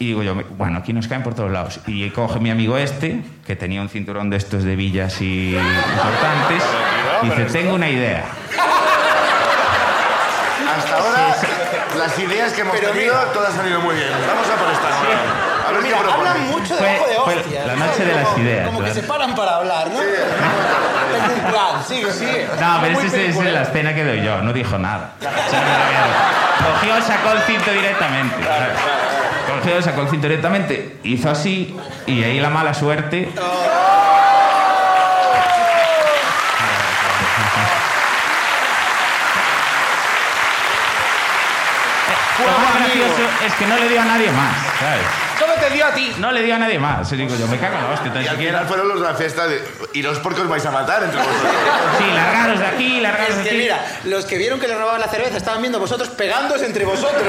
Speaker 4: Y digo yo, bueno, aquí nos caen por todos lados. Y coge mi amigo este, que tenía un cinturón de estos de villas y importantes, y dice, tengo una idea.
Speaker 1: Hasta ahora, las ideas que hemos
Speaker 3: Pero
Speaker 1: tenido,
Speaker 3: mira.
Speaker 1: todas han ido muy bien. Vamos a por esta. ahora. A ver
Speaker 3: Mira,
Speaker 1: qué propone.
Speaker 3: hablan mucho
Speaker 4: Fue-
Speaker 3: debajo de
Speaker 4: fue
Speaker 3: hostias.
Speaker 4: la noche de las
Speaker 3: Como-
Speaker 4: ideas,
Speaker 3: Como
Speaker 4: claro.
Speaker 3: que se paran para hablar, ¿no? Tengo un plan, sigue, sigue.
Speaker 4: No, pero
Speaker 3: Muy
Speaker 4: esa es,
Speaker 3: película.
Speaker 4: la escena que doy yo, no dijo nada. O sea, no lo veo. Cogió, sacó el cinto directamente. ¿sabes? Cogió, sacó el cinto directamente, hizo así, y ahí la mala suerte.
Speaker 3: Oh.
Speaker 4: Lo más gracioso es que no le dio a nadie más, ¿sabes?
Speaker 2: Solo te dio a ti.
Speaker 4: No le dio a nadie más. Yo digo, yo me cago en la hostia, tan
Speaker 1: Y al
Speaker 4: siquiera.
Speaker 1: final fueron los de la fiesta de... Y los porcos vais a matar entre vosotros.
Speaker 4: Sí, largaros de aquí, largaros
Speaker 3: Es
Speaker 4: de
Speaker 3: que
Speaker 4: aquí.
Speaker 3: mira, los que vieron que le robaban la cerveza estaban viendo a vosotros pegándose entre vosotros.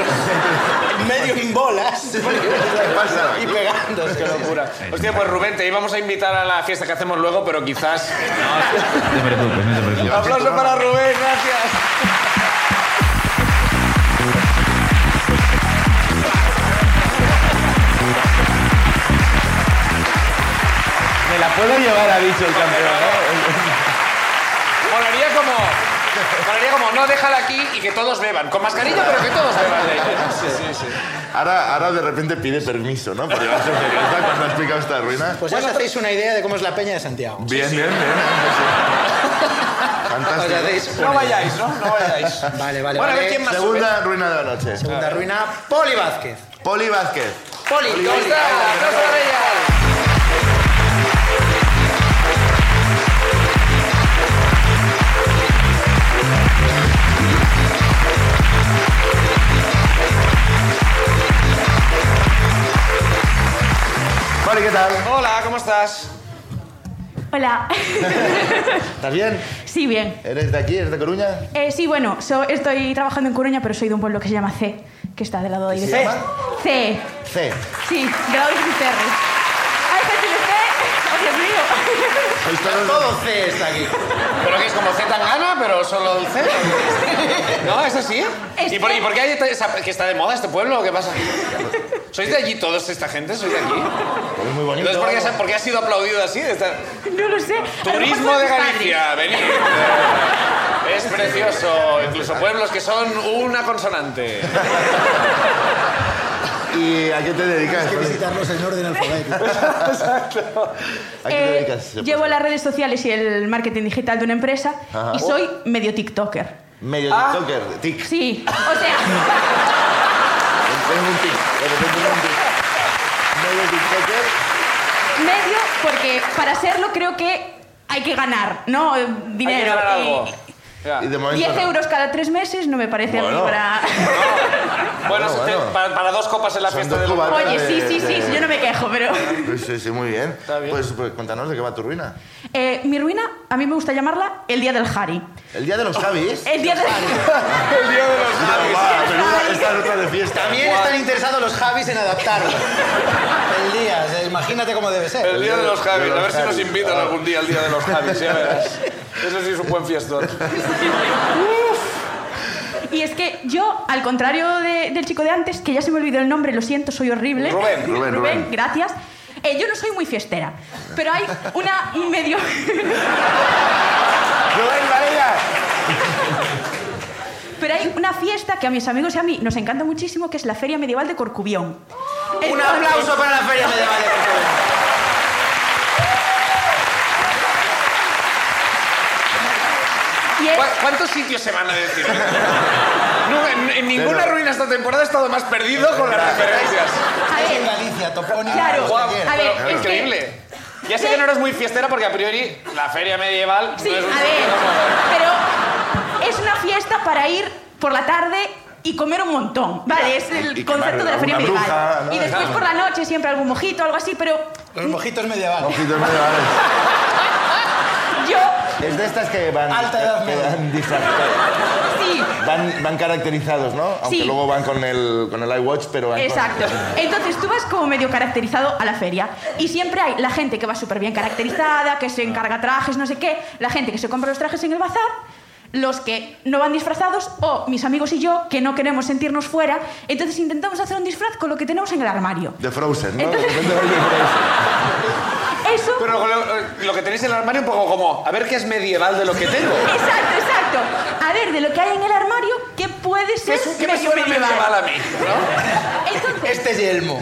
Speaker 3: En medio en bolas.
Speaker 1: pasa?
Speaker 3: Y pegándose.
Speaker 2: Qué locura. Hostia, pues Rubén, te íbamos a invitar a la fiesta que hacemos luego, pero quizás.
Speaker 4: No te preocupes, no te preocupes.
Speaker 2: Un aplauso para Rubén, gracias.
Speaker 5: Me la puedo llevar, ha dicho el campeón. ¿eh?
Speaker 2: Molaría como. Molaría como, no, déjala aquí y que todos beban. Con mascarilla, pero que todos beban de ella. Sí, sí, sí.
Speaker 1: Ahora, ahora de repente pide permiso, ¿no? Para llevarse un periodista cuando ha explicado esta ruina.
Speaker 3: Pues ya os hacéis una idea de cómo es la peña de Santiago.
Speaker 1: Bien, bien, bien.
Speaker 3: Os
Speaker 1: Fantástico.
Speaker 3: hacéis una
Speaker 2: No
Speaker 3: idea.
Speaker 2: vayáis, ¿no? No vayáis.
Speaker 3: Vale, vale,
Speaker 2: Bueno, a ver
Speaker 3: vale.
Speaker 2: quién más sube.
Speaker 1: Segunda ruina de la noche.
Speaker 3: Segunda ruina, Poli Vázquez.
Speaker 1: Poli Vázquez.
Speaker 3: Poli,
Speaker 2: ¡Ahí está! ¡Aplauso para ella!
Speaker 1: Poli, ¿qué tal?
Speaker 2: Hola, ¿cómo estás?
Speaker 6: Hola. <laughs>
Speaker 1: ¿Estás bien?
Speaker 6: sí, bien.
Speaker 1: ¿Eres de aquí? ¿Eres de Coruña?
Speaker 6: Eh, sí, bueno, so- estoy trabajando en Coruña, pero soy de un pueblo que se llama C, que está del lado de
Speaker 1: ¿Se
Speaker 6: Ibiza.
Speaker 1: llama?
Speaker 6: C.
Speaker 1: C.
Speaker 6: Sí, del lado de Ibiza. Hay gente de C. ¡Oh, Dios mío!
Speaker 1: Sois todos-
Speaker 3: Todo C está aquí.
Speaker 2: ¿Pero qué es como Z gana, pero solo el C? <laughs> ¿No? ¿Es así? ¿eh?
Speaker 6: Es
Speaker 2: ¿Y por,
Speaker 6: que-
Speaker 2: y por qué hay esta- esa- que está de moda este pueblo o qué pasa? ¿Sois de allí todos esta gente? ¿Sois de aquí?
Speaker 1: Pues muy bonito.
Speaker 2: Entonces, ¿por qué, se- por qué ha sido aplaudido así? Esta-
Speaker 6: <laughs> No lo sé. A lo mejor
Speaker 2: Turismo
Speaker 6: fueron
Speaker 2: de
Speaker 6: mis padres.
Speaker 2: Galicia, venid. Es precioso, incluso pueblos que son una consonante.
Speaker 1: ¿Y a qué te dedicas? Poli?
Speaker 3: visitarlos en orden alfabético.
Speaker 1: ¿A qué te
Speaker 6: Eh,
Speaker 1: dedicas?
Speaker 6: llevo las redes sociales y el marketing digital de una empresa
Speaker 1: Ajá.
Speaker 6: y soy medio TikToker.
Speaker 1: Medio
Speaker 2: Ah.
Speaker 1: TikToker. Tic.
Speaker 6: Sí, o
Speaker 1: <laughs>
Speaker 6: sea,
Speaker 1: Tengo un tic. De repente tengo un tic. Medio TikToker.
Speaker 6: medio porque para serlo creo que hay que ganar, ¿no? Eh,
Speaker 2: Hay que
Speaker 6: Dinero.
Speaker 2: ganar algo.
Speaker 6: eh,
Speaker 2: Ya.
Speaker 1: Y de momento.
Speaker 6: 10
Speaker 1: no.
Speaker 6: euros cada tres meses no me parece a
Speaker 1: Bueno.
Speaker 6: mí para...
Speaker 2: Bueno,
Speaker 1: Bueno,
Speaker 2: se-
Speaker 1: bueno.
Speaker 2: Para, para dos copas en la
Speaker 1: Son
Speaker 2: fiesta
Speaker 1: dos
Speaker 2: de
Speaker 1: cubatas.
Speaker 2: los-
Speaker 6: Oye, sí, sí, sí, yo no me quejo, pero...
Speaker 1: Sí, sí, sí, muy bien.
Speaker 2: bien.
Speaker 1: Pues, pues cuéntanos de qué va tu ruina.
Speaker 6: Eh, mi ruina, a mí me gusta llamarla el día del Harry.
Speaker 1: El día de los Javis.
Speaker 6: El día del...
Speaker 2: El día de los Javis.
Speaker 1: Ah, pero una- esta nota de fiesta.
Speaker 3: También están interesados los Javis en <laughs> adaptarlo. El día, o sea, imagínate cómo debe ser.
Speaker 2: El día de los Javis,
Speaker 1: De los
Speaker 2: a ver si nos
Speaker 1: Javis.
Speaker 2: invitan
Speaker 1: Ah.
Speaker 2: algún día al día de los Javis, ya verás. Eso sí es un buen fiestón.
Speaker 6: Y es que yo, al contrario de- del chico de antes, que ya se me olvidó el nombre, lo siento, soy horrible.
Speaker 2: Rubén,
Speaker 6: <laughs>
Speaker 1: Rubén, Rubén.
Speaker 6: gracias. Eh, yo no soy muy fiestera, pero hay una medio... <laughs>
Speaker 1: Rubén Varela.
Speaker 6: pero hay una fiesta que a mis amigos y a mí nos encanta muchísimo, que es la Feria Medieval de Corcubión.
Speaker 3: Un aplauso para la Feria Medieval de Corcubión.
Speaker 6: Y es-
Speaker 2: ¿Cu- ¿Cuántos sitios se van a decir? No, en, en ninguna
Speaker 1: Pero-
Speaker 2: ruina esta temporada he estado más perdido con las referencias.
Speaker 6: a
Speaker 3: Es
Speaker 6: ver,
Speaker 3: en Galicia, topónimo.
Speaker 6: Claro.
Speaker 2: Guau,
Speaker 6: A
Speaker 2: pero
Speaker 6: ver, es que-
Speaker 2: increíble. Ya sé que no eres muy fiestera porque a priori la feria medieval
Speaker 6: Sí,
Speaker 2: no
Speaker 6: a
Speaker 2: es un
Speaker 6: ver, pero es una fiesta para ir por la tarde y comer un montón, ¿vale? Es
Speaker 1: Y
Speaker 6: el
Speaker 1: quemar
Speaker 6: concepto de la feria
Speaker 1: alguna
Speaker 6: medieval.
Speaker 1: bruja, ¿no?
Speaker 6: Y después por la noche siempre algún mojito, algo así, pero
Speaker 3: Los mojitos medievales.
Speaker 1: Ojitos medievales.
Speaker 6: yo
Speaker 1: Es de estas que van.
Speaker 3: Alta edad
Speaker 1: que
Speaker 3: media.
Speaker 1: van disfrazadas.
Speaker 6: sí, Sí.
Speaker 1: Van, van caracterizados, ¿no? Aunque
Speaker 6: Sí.
Speaker 1: luego van con el, con el iWatch, pero van con-
Speaker 6: Exacto. Entonces tú vas como medio caracterizado a la feria y siempre hay la gente que va súper bien caracterizada, que se encarga trajes, no sé qué, la gente que se compra los trajes en el bazar, los que no van disfrazados o mis amigos y yo que no queremos sentirnos fuera, entonces intentamos hacer un disfraz con lo que tenemos en el armario.
Speaker 1: De Frozen, ¿no?
Speaker 6: Entonces-
Speaker 1: De repente van de <laughs> Frozen.
Speaker 6: Eso...
Speaker 2: Pero lo, lo que tenéis en el armario un poco como, a ver qué es medieval de lo que tengo.
Speaker 6: Exacto, exacto. A ver, de lo que hay en el armario, ¿qué puede
Speaker 2: ¿Qué,
Speaker 6: ser
Speaker 2: es, qué me
Speaker 6: medio
Speaker 2: suena
Speaker 6: medieval?
Speaker 2: medieval a mí? ¿no?
Speaker 6: Entonces,
Speaker 3: Este es Yelmo.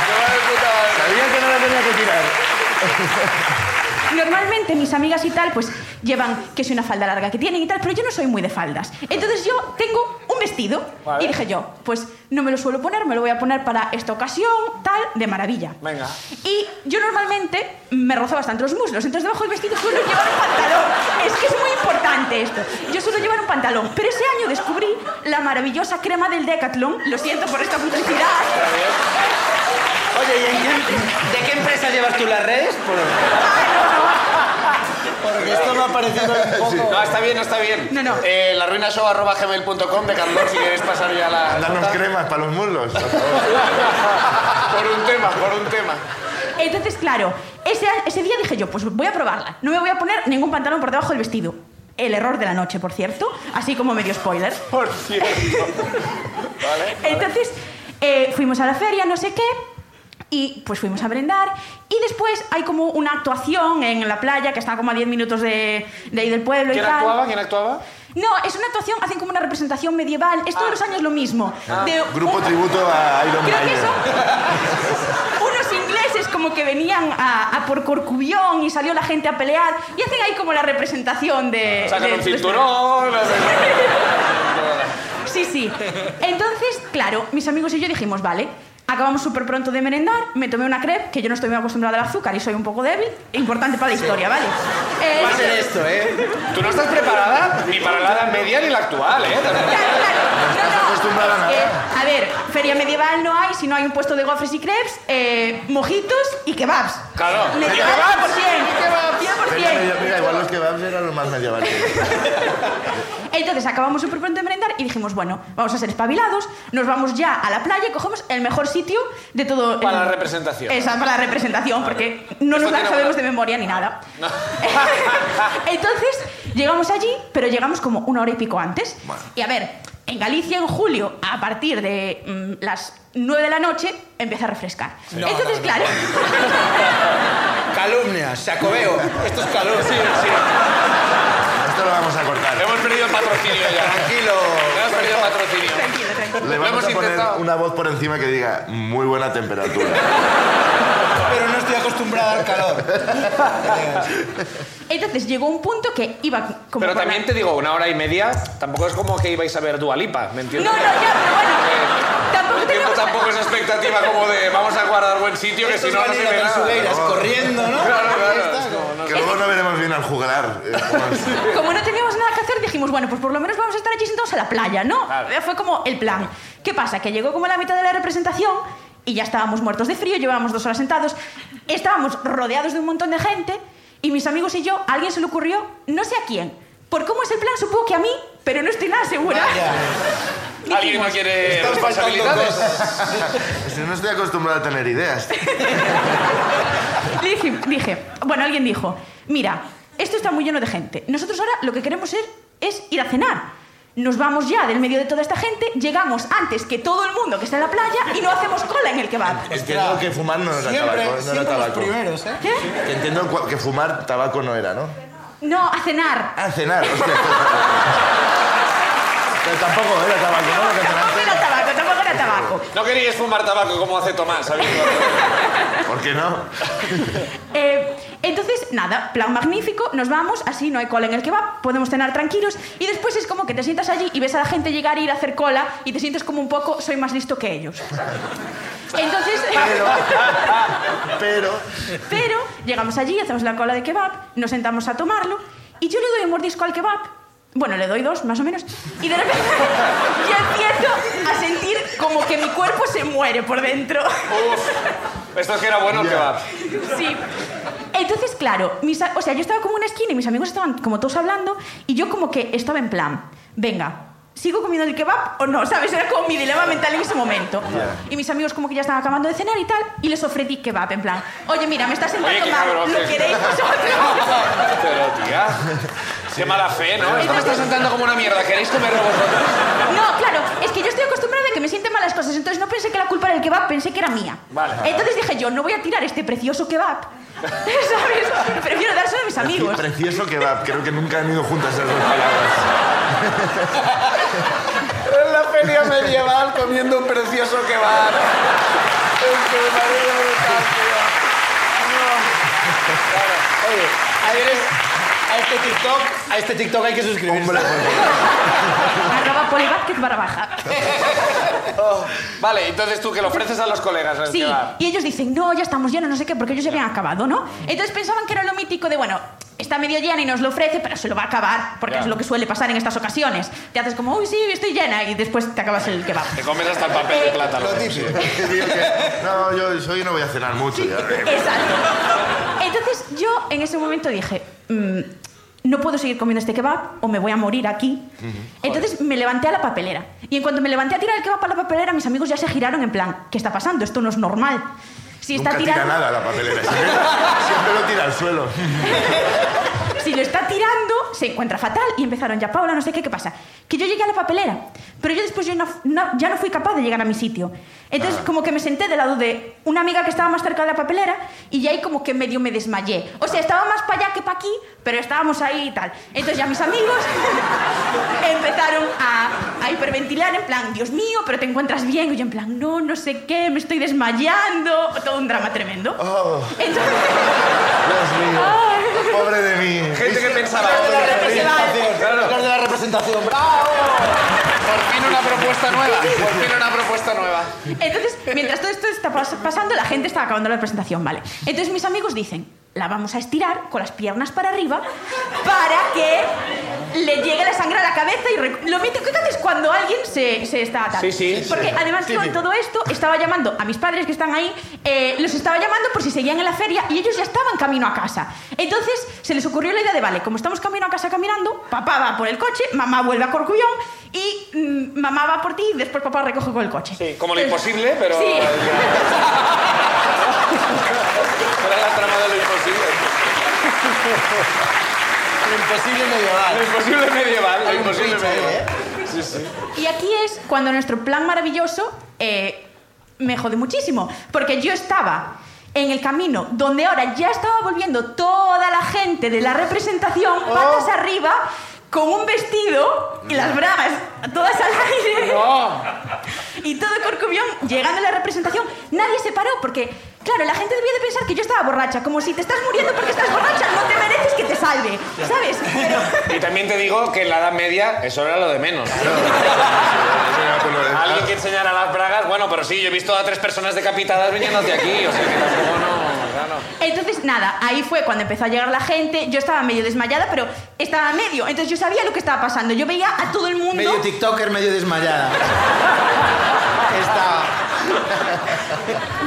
Speaker 5: Sabía que no la tenía que tirar.
Speaker 6: Normalmente mis amigas y tal, pues llevan que es una falda larga que tienen y tal, pero yo no soy muy de faldas. Entonces yo tengo un vestido y dije yo, pues no me lo suelo poner, me lo voy a poner para esta ocasión, tal, de maravilla.
Speaker 2: Venga.
Speaker 6: Y yo normalmente me rozo bastante los muslos, entonces debajo del vestido suelo llevar un pantalón. Es que es muy importante esto. Yo suelo llevar un pantalón, pero ese año descubrí la maravillosa crema del Decathlon. Lo siento por esta publicidad.
Speaker 5: Oye, ¿y en qué- de qué empresa llevas tú las redes? Por-
Speaker 3: Porque esto me ha parecido un
Speaker 2: <laughs>
Speaker 3: poco...
Speaker 2: No, está bien, está bien.
Speaker 6: No, no.
Speaker 2: Eh, larruinashow.gmail.com de Carlos si quieres pasar ya la...
Speaker 1: Darnos
Speaker 2: nota.
Speaker 1: cremas para los muslos. por favor.
Speaker 2: Por un tema, por un tema.
Speaker 6: Entonces, claro, ese, ese día dije yo, pues voy a probarla. No me voy a poner ningún pantalón por debajo del vestido. El error de la noche, por cierto, así como medio spoiler.
Speaker 2: Por cierto.
Speaker 6: Pues Entonces, eh, fuimos a la feria, no sé qué, y pues fuimos a brindar. Y después hay como una actuación en la playa que está como a 10 minutos de, de ahí del pueblo y
Speaker 2: ¿Quién
Speaker 6: tal.
Speaker 2: actuaba? ¿Quién actuaba?
Speaker 6: No, es una actuación, hacen como una representación medieval. Es
Speaker 2: Ah.
Speaker 6: todos los años lo mismo. De
Speaker 1: Grupo
Speaker 6: un-
Speaker 1: tributo a Iron
Speaker 6: Creo que
Speaker 1: Maiden.
Speaker 6: son unos ingleses como que venían a, a por Corcubión y salió la gente a pelear y hacen ahí como la representación de...
Speaker 2: Sacan
Speaker 6: de-
Speaker 2: un cinturón. no sé qué.
Speaker 6: Sí, sí. Entonces, claro, mis amigos y yo dijimos, vale, acabamos súper pronto de merendar, me tomé una crepe, que yo no estoy muy acostumbrada al azúcar y soy un poco débil, importante para la historia, ¿vale? Eh,
Speaker 5: Va a ser esto, ¿eh?
Speaker 2: Tú no estás preparada ni para la edad media ni la actual, ¿eh?
Speaker 6: Claro, claro. No, no.
Speaker 1: acostumbrada a nada.
Speaker 6: Eh, a ver, feria medieval no hay, si no hay un puesto de gofres y crepes, eh, mojitos y kebabs.
Speaker 2: Claro.
Speaker 6: Medieval
Speaker 2: ¿Y kebabs?
Speaker 6: 100%.
Speaker 1: Mira,
Speaker 6: 100%.
Speaker 1: mira, mira, igual los kebabs eran los más medievales.
Speaker 6: Entonces acabamos súper pronto de merendar y dijimos, bueno, vamos a ser espabilados, nos vamos ya a la playa y cogemos el mejor sitio de todo... el-
Speaker 2: Para la representación.
Speaker 6: Esa, para la representación, porque no
Speaker 2: Esto
Speaker 6: nos la
Speaker 2: tiene
Speaker 6: sabemos
Speaker 2: buena-
Speaker 6: de memoria ni nada. <laughs> Entonces llegamos allí, pero llegamos como una hora y pico antes. Y a ver, en Galicia en julio, a partir de mm, las 9 de la noche, empieza a refrescar. Entonces, claro... <laughs>
Speaker 5: Calumnia, sacobeo. Esto es calumnia.
Speaker 2: Sí, sí.
Speaker 1: Esto lo vamos a cortar.
Speaker 2: Hemos perdido el patrocinio ya.
Speaker 5: Tranquilo.
Speaker 2: Hemos perdido el patrocinio.
Speaker 6: Tranquilo, tranquilo.
Speaker 1: Le
Speaker 2: Lo
Speaker 1: vamos
Speaker 2: hemos
Speaker 1: a poner
Speaker 2: intentado.
Speaker 1: una voz por encima que diga muy buena temperatura.
Speaker 3: Pero no estoy acostumbrada al calor.
Speaker 6: Entonces llegó un punto que iba como...
Speaker 2: Pero
Speaker 6: por la-
Speaker 2: también te digo, una hora y media tampoco es como que ibais a ver Dualipa, ¿me entiendes?
Speaker 6: No, no, ya, pero bueno. Tampoco
Speaker 2: Eh, El tiempo
Speaker 6: teníamos-
Speaker 2: tampoco es expectativa como de vamos a guardar buen sitio, que
Speaker 3: Esto
Speaker 2: si
Speaker 3: es
Speaker 2: no, no se
Speaker 3: Vanilla
Speaker 2: ve nada.
Speaker 3: Consugueiras corriendo, ¿no?
Speaker 2: Claro, claro,
Speaker 3: Ahí está,
Speaker 2: es como,
Speaker 1: Que luego no veremos bien al jugar. eh,
Speaker 6: <laughs>
Speaker 1: Juan.
Speaker 6: Como no teníamos nada que hacer, dijimos, bueno, pues por lo menos vamos a estar allí sentados a la playa, ¿no? Eh,
Speaker 2: Claro.
Speaker 6: Fue como el plan. ¿Qué pasa? Que llegó como la mitad de la representación y ya estábamos muertos de frío, llevábamos dos horas sentados, estábamos rodeados de un montón de gente y mis amigos y yo, a alguien se le ocurrió, no sé a quién, por cómo es el plan, supongo que a mí, pero no estoy nada segura.
Speaker 2: Alguien no
Speaker 6: Dijimos,
Speaker 2: quiere
Speaker 3: Están faltando
Speaker 2: responsabilidades.
Speaker 1: Si no estoy acostumbrado a tener ideas.
Speaker 6: Le dije, dije, bueno, alguien dijo, mira, esto está muy lleno de gente. Nosotros ahora lo que queremos es, es ir a cenar. Nos vamos ya del medio de toda esta gente, llegamos antes que todo el mundo que está en la playa y no hacemos cola en el kebab.
Speaker 1: Entiendo que fumar no era
Speaker 3: Siempre,
Speaker 1: tabaco. No
Speaker 3: siempre
Speaker 1: era
Speaker 3: los
Speaker 1: tabaco.
Speaker 3: primeros, ¿eh?
Speaker 6: ¿Qué?
Speaker 1: Que entiendo cua- que fumar tabaco no era, ¿no?
Speaker 6: No, a cenar.
Speaker 1: Ah, cenar. hostia. Pero tampoco era tabaco, ¿no? Lo que
Speaker 6: Tampoco
Speaker 1: cenaste.
Speaker 6: era tabaco, tampoco era tabaco.
Speaker 2: No queríais fumar tabaco como hace Tomás, ¿sabéis?
Speaker 1: ¿Por qué no?
Speaker 6: Eh, entonces, nada, plan magnífico, nos vamos, así no hay cola en el que va, podemos cenar tranquilos y después es como que te sientas allí y ves a la gente llegar e ir a hacer cola y te sientes como un poco, soy más listo que ellos. Entonces,
Speaker 1: Pero
Speaker 6: pero llegamos allí, hacemos la cola de kebab, nos sentamos a tomarlo y yo le doy un mordisco al kebab. Bueno, le doy dos, más o menos. Y de repente <laughs> yo empiezo a sentir como que mi cuerpo se muere por dentro.
Speaker 2: Esto es que era bueno el
Speaker 1: Ya.
Speaker 2: kebab.
Speaker 6: Sí. Entonces, claro, mis a- o sea, yo estaba como en una esquina y mis amigos estaban como todos hablando y yo como que estaba en plan, venga, ¿sigo comiendo el kebab o no? ¿Sabes? Era como mi dilema mental en ese momento. Y mis amigos como que ya estaban acabando de cenar y tal y les ofrecí kebab en plan, oye, mira, me está sentando
Speaker 2: Oye, qué
Speaker 6: mal,
Speaker 2: cabrón ¿eh?
Speaker 6: ¿lo
Speaker 2: es.
Speaker 6: queréis
Speaker 2: <laughs>
Speaker 6: vosotros?
Speaker 2: Pero, tía, qué mala fe, ¿no? Esto me está sentando como una mierda. ¿Queréis comerlo vosotros?
Speaker 6: No, claro, es que yo estoy acostumbrada a que me sienten malas cosas, entonces no pensé que la culpa era el kebab, pensé que era mía.
Speaker 2: Vale.
Speaker 6: Entonces dije yo, no voy a tirar este precioso kebab, <laughs> ¿sabes? Prefiero dárselo a mis amigos.
Speaker 1: Precioso kebab. Creo que nunca han ido juntas esas dos palabras.
Speaker 2: En la feria medieval comiendo un precioso kebab. Es que me parece brutal, tío.
Speaker 3: Oye, a ver, es- a este TikTok, a este TikTok hay que suscribirse.
Speaker 1: Hombre,
Speaker 6: Arroba polibásquet barra baja.
Speaker 2: Vale, entonces tú que lo ofreces a los colegas el
Speaker 6: Sí,
Speaker 2: kebab.
Speaker 6: y ellos dicen, no, ya estamos llenos, no sé qué, porque ellos ya habían acabado, ¿no? Entonces pensaban que era lo mítico de, bueno, está medio llena y nos lo ofrece, pero se lo va a acabar, porque
Speaker 2: Ya.
Speaker 6: es lo que suele pasar en estas ocasiones. Te haces como, uy, sí, estoy llena, y después te acabas el kebab.
Speaker 2: Te comes hasta el papel
Speaker 6: Eh,
Speaker 2: de plátano.
Speaker 1: lo típico. Te digo pues, que, No, yo hoy no voy a cenar mucho. ya.
Speaker 6: <laughs> Exacto. Entonces yo en ese momento dije, mm, no puedo seguir comiendo este kebab o me voy a morir aquí. Entonces me levanté a la papelera. Y en cuanto me levanté a tirar el kebab a la papelera, mis amigos ya se giraron en plan, ¿qué está pasando? Esto no es normal. Si
Speaker 1: Nunca
Speaker 6: está
Speaker 1: tira
Speaker 6: tirando,
Speaker 1: nada a la papelera. Siempre, siempre lo tira al suelo.
Speaker 6: si lo está tirando, se encuentra fatal. Y empezaron ya, Paula, no sé qué, ¿qué pasa? Que yo llegué a la papelera, pero yo después yo no- no- ya no fui capaz de llegar a mi sitio. Entonces, como que me senté del lado de una amiga que estaba más cerca de la papelera y ya ahí como que medio me desmayé. O sea, estaba más para allá que para aquí, pero estábamos ahí y tal. Entonces ya mis amigos <laughs> empezaron a, a hiperventilar en plan, Dios mío, pero te encuentras bien. Y yo en plan, no, no sé qué, me estoy desmayando. Todo un drama tremendo. Entonces... <laughs>
Speaker 1: Dios mío. Pobre de mí.
Speaker 2: Gente que pensaba...
Speaker 3: Los de la representación,
Speaker 2: Claro.
Speaker 3: los de la representación, bravo.
Speaker 2: Por fin una propuesta nueva. Por fin una propuesta nueva.
Speaker 6: Entonces, mientras todo esto está pas- pasando, la gente está acabando la presentación, ¿vale? Entonces mis amigos dicen, la vamos a estirar con las piernas para arriba para que le llegue la sangre a la cabeza y... rec- Lo mítico que haces cuando alguien se, se está atando.
Speaker 2: Sí, sí.
Speaker 6: Porque además con todo esto estaba llamando a mis padres que están ahí, eh, los estaba llamando por si seguían en la feria y ellos ya estaban camino a casa. Entonces se les ocurrió la idea de, vale, como estamos camino a casa caminando, papá va por el coche, mamá vuelve a Corcubión y mm, mamá va por ti y después papá recoge con el coche.
Speaker 2: Sí, como lo imposible, pero...
Speaker 6: Sí.
Speaker 2: Era la trama de lo imposible.
Speaker 3: Lo imposible medieval.
Speaker 2: Lo imposible medieval. Lo
Speaker 3: Hay un
Speaker 2: imposible
Speaker 3: switch ahí,
Speaker 2: medieval.
Speaker 3: ¿eh?
Speaker 2: Sí, sí.
Speaker 6: Y aquí es cuando nuestro plan maravilloso eh, me jode muchísimo, porque yo estaba en el camino donde ahora ya estaba volviendo toda la gente de la representación
Speaker 2: Oh.
Speaker 6: patas arriba con un vestido y las bragas todas al aire
Speaker 2: Mm. ¡No!
Speaker 6: y todo Corcubión llegando a la representación. Nadie se paró porque, claro, la gente debía de pensar que yo estaba borracha, como si te estás muriendo porque estás borracha, no te mereces que te salve,
Speaker 2: <laughs>
Speaker 6: ¿sabes? Pero...
Speaker 2: Y también te digo que en la Edad Media eso era lo de menos. Alguien que enseñara las bragas, bueno, pero sí, yo he visto a tres personas decapitadas viniendo hacia aquí, o sea que tampoco no... claro.
Speaker 6: Entonces, nada, ahí fue cuando empezó a llegar la gente. Yo estaba medio desmayada, pero estaba medio. Entonces yo sabía lo que estaba pasando. Yo veía a todo el mundo.
Speaker 3: Medio TikToker,
Speaker 2: <laughs>
Speaker 3: medio desmayada. Está.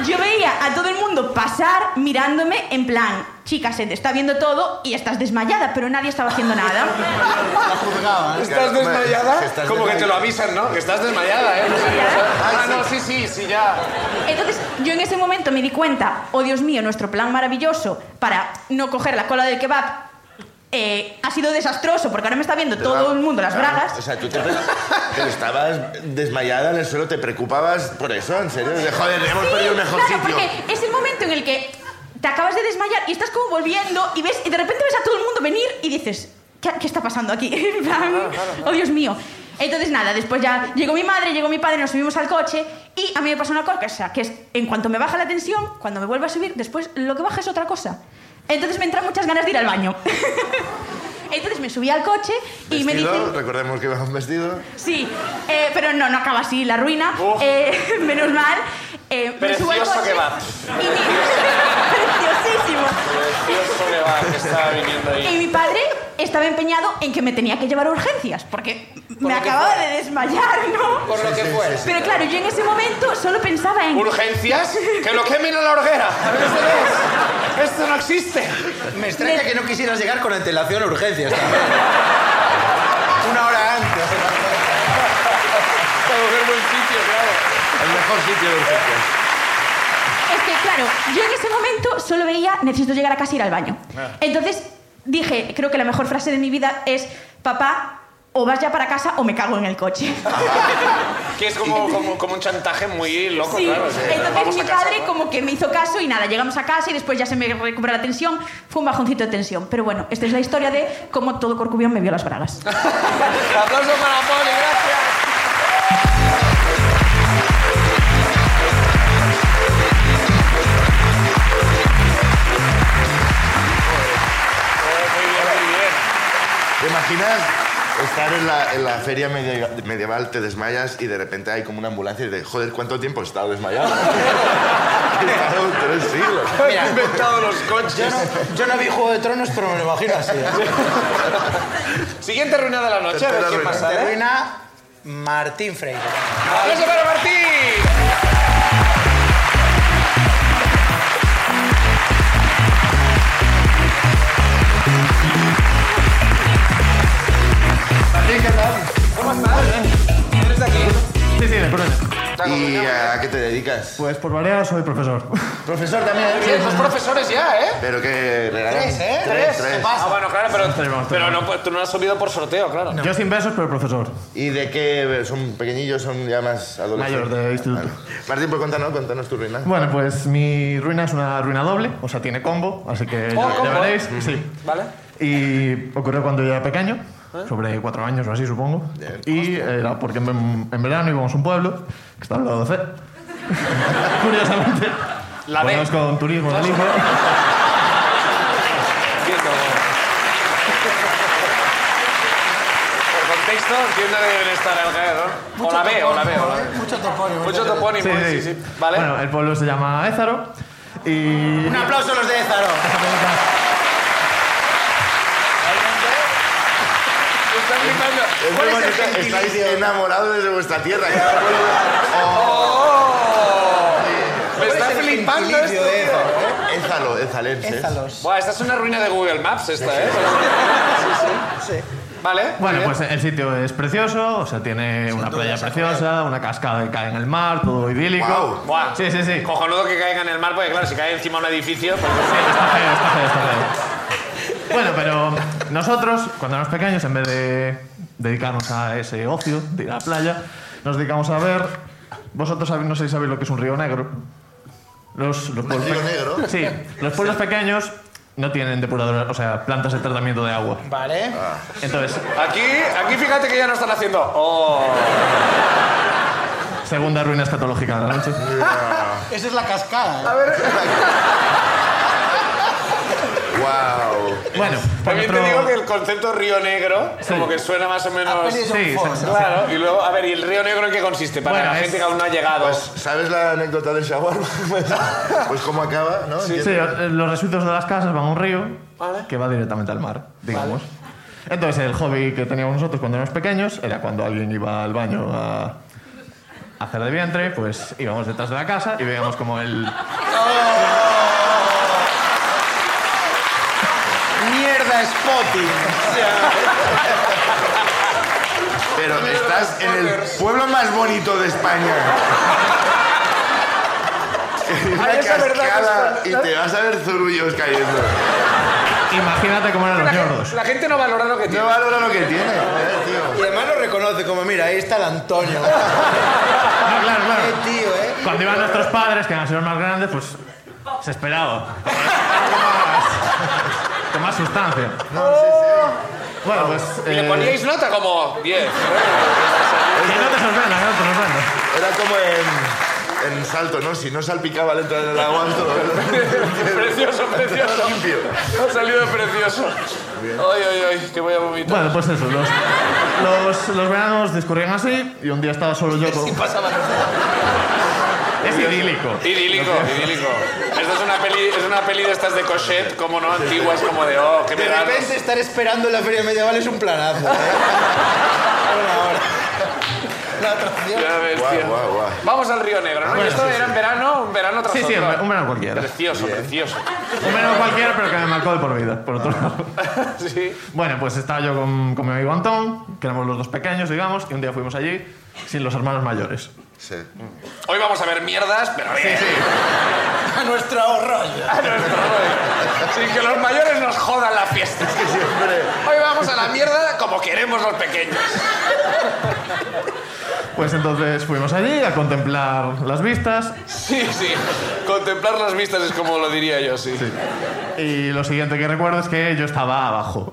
Speaker 6: Yo veía a todo el mundo pasar mirándome en plan, chica, se te está viendo todo y estás desmayada, pero nadie estaba haciendo nada.
Speaker 3: La juzgaba, ¿eh?
Speaker 2: ¿Estás desmayada?
Speaker 1: que estás
Speaker 2: Como que te lo
Speaker 1: desmayada.
Speaker 2: avisan, ¿no? Que estás desmayada, ¿eh? No sé qué pasa. Ah, no, sí, sí, sí, ya.
Speaker 6: Entonces yo en ese momento me di cuenta, oh Dios mío, nuestro plan maravilloso para no coger la cola del kebab eh, ha sido desastroso porque ahora me está viendo todo el mundo las
Speaker 1: Claro,
Speaker 6: bragas.
Speaker 1: O sea, tú te, pre- te estabas desmayada en el suelo, te preocupabas por eso, en serio. De, joder, hemos perdido el mejor
Speaker 6: claro,
Speaker 1: sitio.
Speaker 6: porque es el momento en el que te acabas de desmayar y estás como volviendo y ves y de repente ves a todo el mundo venir y dices, ¿qué, qué está pasando aquí? <laughs> En plan, oh Dios mío. Entonces nada, después ya llegó mi madre, llegó mi padre, nos subimos al coche y a mí me pasó una cosa, que es en cuanto me baja la tensión, cuando me vuelvo a subir, después lo que baja es otra cosa. Entonces me entran muchas ganas de ir al baño. <laughs> Entonces me subí al coche y me
Speaker 1: Vestido,
Speaker 6: dicen...
Speaker 1: recordemos que iba un vestido.
Speaker 6: Sí, eh, pero no, no acaba así la ruina. Eh, <laughs> menos mal. Eh, me subo al
Speaker 2: Precioso
Speaker 6: coche
Speaker 2: kebab.
Speaker 6: Y mi, <laughs> preciosísimo.
Speaker 2: Dios, sobre va, que estaba viniendo ahí.
Speaker 6: Y mi padre eh, estaba empeñado en que me tenía que llevar a urgencias, porque me
Speaker 5: lo que
Speaker 6: acababa
Speaker 5: fuera.
Speaker 6: de desmayar, ¿no?
Speaker 5: Por lo que fuera.
Speaker 6: Pero claro, yo en ese momento solo pensaba en...
Speaker 2: ¿Urgencias? ¡Que lo quemen en la hoguera! ¿Esto ¡Esto no existe!
Speaker 3: Me extraña
Speaker 6: Me-
Speaker 3: que no quisieras llegar con antelación a urgencias también. Una hora antes.
Speaker 2: Para coger buen sitio, claro.
Speaker 1: El mejor sitio de urgencias.
Speaker 6: Es que, claro, yo en ese momento solo veía, necesito llegar a casa y ir al baño.
Speaker 5: Ah.
Speaker 6: Entonces dije, creo que la mejor frase de mi vida es, papá, o vas ya para casa o me cago en el coche.
Speaker 2: Que es como, como, como un chantaje muy loco,
Speaker 6: Sí.
Speaker 2: claro. sí.
Speaker 6: Entonces
Speaker 2: Vamos
Speaker 6: mi
Speaker 2: a casa,
Speaker 6: padre
Speaker 2: ¿no?
Speaker 6: como que me hizo caso y nada, llegamos a casa y después ya se me recuperó la tensión. Fue un bajoncito de tensión. Pero bueno, esta es la historia de cómo todo Corcubión me vio las bragas.
Speaker 2: ¡Aplauso para Poli, gracias!
Speaker 1: ¿Te imaginas estar en la, en la feria media- medieval, te desmayas y de repente hay como una ambulancia y te joder, ¿cuánto tiempo he estado desmayado? he estado tres siglos.
Speaker 2: Mira, he inventado los
Speaker 3: Yo
Speaker 2: coches.
Speaker 3: no, yo no vi Juego de Tronos, pero me lo imagino así. ¿eh?
Speaker 2: Siguiente ruina de la noche, a ver
Speaker 1: Tercera
Speaker 2: qué
Speaker 1: ruina.
Speaker 2: pasa.
Speaker 3: De
Speaker 2: ¿eh?
Speaker 3: ruina, Martín Freire.
Speaker 2: ¡Aplauso para Martín!
Speaker 7: Sí, sí, de Coruña.
Speaker 1: ¿Y a qué te dedicas?
Speaker 7: Pues por variar soy profesor.
Speaker 1: Profesor también.
Speaker 2: Bien, pues profesores ya, ¿eh?
Speaker 1: Pero que
Speaker 3: Tres, ¿eh?
Speaker 1: Tres,
Speaker 3: Tres,
Speaker 1: tres.
Speaker 3: ¿qué pasa?
Speaker 2: Ah, bueno, claro, pero,
Speaker 7: Tenemos,
Speaker 2: pero
Speaker 7: tenemos.
Speaker 2: no, pues, tú no has subido por sorteo, claro.
Speaker 7: Yo sin besos, pero profesor.
Speaker 1: ¿Y de qué? ¿Son pequeñillos? ¿Son ya más adolescentes?
Speaker 7: Mayor, de instituto.
Speaker 1: Vale. Martín, pues cuéntanos, cuéntanos tu ruina.
Speaker 7: Bueno, pues mi ruina es una ruina doble, o sea, tiene combo, así que ya-
Speaker 2: Oh,
Speaker 7: ya,
Speaker 2: combo.
Speaker 7: veréis. Sí.
Speaker 2: ¿Vale?
Speaker 7: Y ocurrió cuando yo era pequeño,
Speaker 2: ¿Eh?
Speaker 7: sobre cuatro años o así, supongo. Y era porque en, en verano íbamos a un pueblo que está al lado de C. <laughs> Curiosamente.
Speaker 2: La B. Ah,
Speaker 7: Bueno, es con turismo, en el hijo.
Speaker 2: Entiendo. Por contexto, entiendo que deben estar al ¿no? O la B, o la B, o la B.
Speaker 3: Mucho topónimo.
Speaker 2: Mucho topónimo, sí, sí, ¿Vale?
Speaker 7: Bueno, el pueblo se llama Ézaro. Y.
Speaker 3: Un aplauso a los de Ézaro.
Speaker 2: Están gritando.
Speaker 1: Es muy
Speaker 2: ¿Cuál es el
Speaker 1: bonito,
Speaker 2: gentilicio?
Speaker 1: estáis enamorados de vuestra tierra. cada pueblo- Oh,
Speaker 2: ¡Oh! Me está
Speaker 3: es el
Speaker 2: flipando esto.
Speaker 3: gentilicio de Ézaro?
Speaker 1: ézalo, ézalenses.
Speaker 3: Ézalos.
Speaker 2: Buah, esta es una ruina de Google Maps, esta, ¿eh?
Speaker 3: Sí.
Speaker 2: Vale. muy
Speaker 7: Bueno,
Speaker 2: bien.
Speaker 4: eh.
Speaker 7: pues el sitio es precioso, o sea, tiene una playa preciosa, una cascada que cae en el mar, todo idílico.
Speaker 1: Guau.
Speaker 2: Buah.
Speaker 7: Sí, sí, sí.
Speaker 2: Cojonudo que caiga en el mar, porque claro, si cae encima un edificio, pues...
Speaker 7: Está feo, está feo,
Speaker 2: <laughs>
Speaker 7: está feo. Bueno, pero nosotros, cuando éramos pequeños, en vez de dedicarnos a ese ocio de ir a la playa, nos dedicamos a ver. Vosotros sabéis- no sé si sabéis lo que es un río negro. Los, los pueblos
Speaker 1: río
Speaker 7: pe-
Speaker 1: negro?
Speaker 7: Sí, los pueblos pequeños no tienen depuradoras, o sea, plantas de tratamiento de agua.
Speaker 3: Vale.
Speaker 7: Entonces,
Speaker 2: Aquí, aquí fíjate que ya no están haciendo... ¡Oh!
Speaker 7: segunda ruina escatológica de la noche.
Speaker 3: Esa es la cascada. ¿eh?
Speaker 1: Wow.
Speaker 7: Bueno, pues
Speaker 2: También te
Speaker 7: nuestro-
Speaker 2: digo que el concepto Río Negro,
Speaker 7: Sí.
Speaker 2: como que suena más o menos...
Speaker 3: peli de-
Speaker 7: Sí,
Speaker 3: Fox,
Speaker 7: sí, sí.
Speaker 2: Claro, y luego, a ver, ¿y el Río Negro en qué consiste? Para
Speaker 7: Bueno,
Speaker 2: la
Speaker 7: es-
Speaker 2: gente que aún no ha llegado.
Speaker 1: Pues, ¿sabes la anécdota del shawarma? <laughs> Pues, pues cómo acaba, ¿no?
Speaker 7: Sí, eh, los residuos de las casas van a un río que va directamente al mar, digamos. Entonces, el hobby que teníamos nosotros cuando éramos pequeños era cuando alguien iba al baño a a hacer de vientre, pues íbamos detrás de la casa y veíamos como el...
Speaker 3: Mierda Spotting.
Speaker 1: Pero estás en el pueblo más bonito de <laughs> España. En una
Speaker 2: Ay, esa verdad que
Speaker 1: cascada
Speaker 2: es
Speaker 1: y te vas a ver zurullos cayendo.
Speaker 7: Imagínate cómo eran
Speaker 2: la,
Speaker 7: los
Speaker 2: gente,
Speaker 7: ñordos.
Speaker 2: la gente no valora lo que tiene.
Speaker 1: No valora lo que tiene, ¿eh,
Speaker 3: Y
Speaker 1: tío.
Speaker 3: además lo reconoce como, mira, ahí está el Antonio. <laughs>
Speaker 7: No, claro,
Speaker 3: Qué
Speaker 7: claro.
Speaker 3: Eh, tío, ¿eh?
Speaker 7: Cuando iban nuestros padres, que eran los más grandes, pues se esperaba. Con más- Con más sustancia. Bueno, pues...
Speaker 2: Y le
Speaker 7: eh,
Speaker 2: poníais nota como
Speaker 7: <laughs>
Speaker 2: 10.
Speaker 7: Que no te sorprenda, que no te sorprenda.
Speaker 1: Era como en, en salto, ¿no? Si no salpicaba al entrar en el agua, todo
Speaker 2: precioso, precioso.
Speaker 1: limpio.
Speaker 2: Ha salido precioso. Ay, ay, ay, que voy a vomitar.
Speaker 7: Bueno, pues eso, los, los, los veranos discurrían así y un día estaba solo yo con...
Speaker 3: Pasaba.
Speaker 7: Es idílico. <laughs>
Speaker 2: Idílico, idílico. Esto es una peli, es una peli de estas de Cochet, como no, antiguas, como de, oh, qué
Speaker 3: De
Speaker 2: veranos.
Speaker 3: repente estar esperando en la feria medieval es un planazo. ¿eh? Una hora. La atracción.
Speaker 2: Ya ves,
Speaker 1: Guau,
Speaker 2: tío.
Speaker 1: guau, guau.
Speaker 2: Vamos al Río Negro, ¿no?
Speaker 7: Bueno,
Speaker 2: y esto era en verano, un verano tras
Speaker 7: Sí, sí,
Speaker 2: otro.
Speaker 7: un verano cualquiera.
Speaker 2: Precioso, precioso. <laughs>
Speaker 7: Un verano cualquiera, pero que me marcó de por vida, por otro lado.
Speaker 2: Sí.
Speaker 7: Bueno, pues estaba yo con, con mi amigo Antón, que éramos los dos pequeños, digamos, y un día fuimos allí sin los hermanos mayores.
Speaker 1: Sí.
Speaker 2: Hoy vamos a ver mierdas, pero bien. <laughs> Sí,
Speaker 3: A nuestra rollo.
Speaker 2: Sin que los mayores nos jodan la fiesta.
Speaker 1: Que siempre...
Speaker 2: Hoy vamos a la mierda como queremos los pequeños.
Speaker 7: Pues entonces fuimos allí a contemplar las vistas
Speaker 2: Sí, sí. Contemplar las vistas es como lo diría yo, sí.
Speaker 7: y lo siguiente que recuerdo es que yo estaba abajo.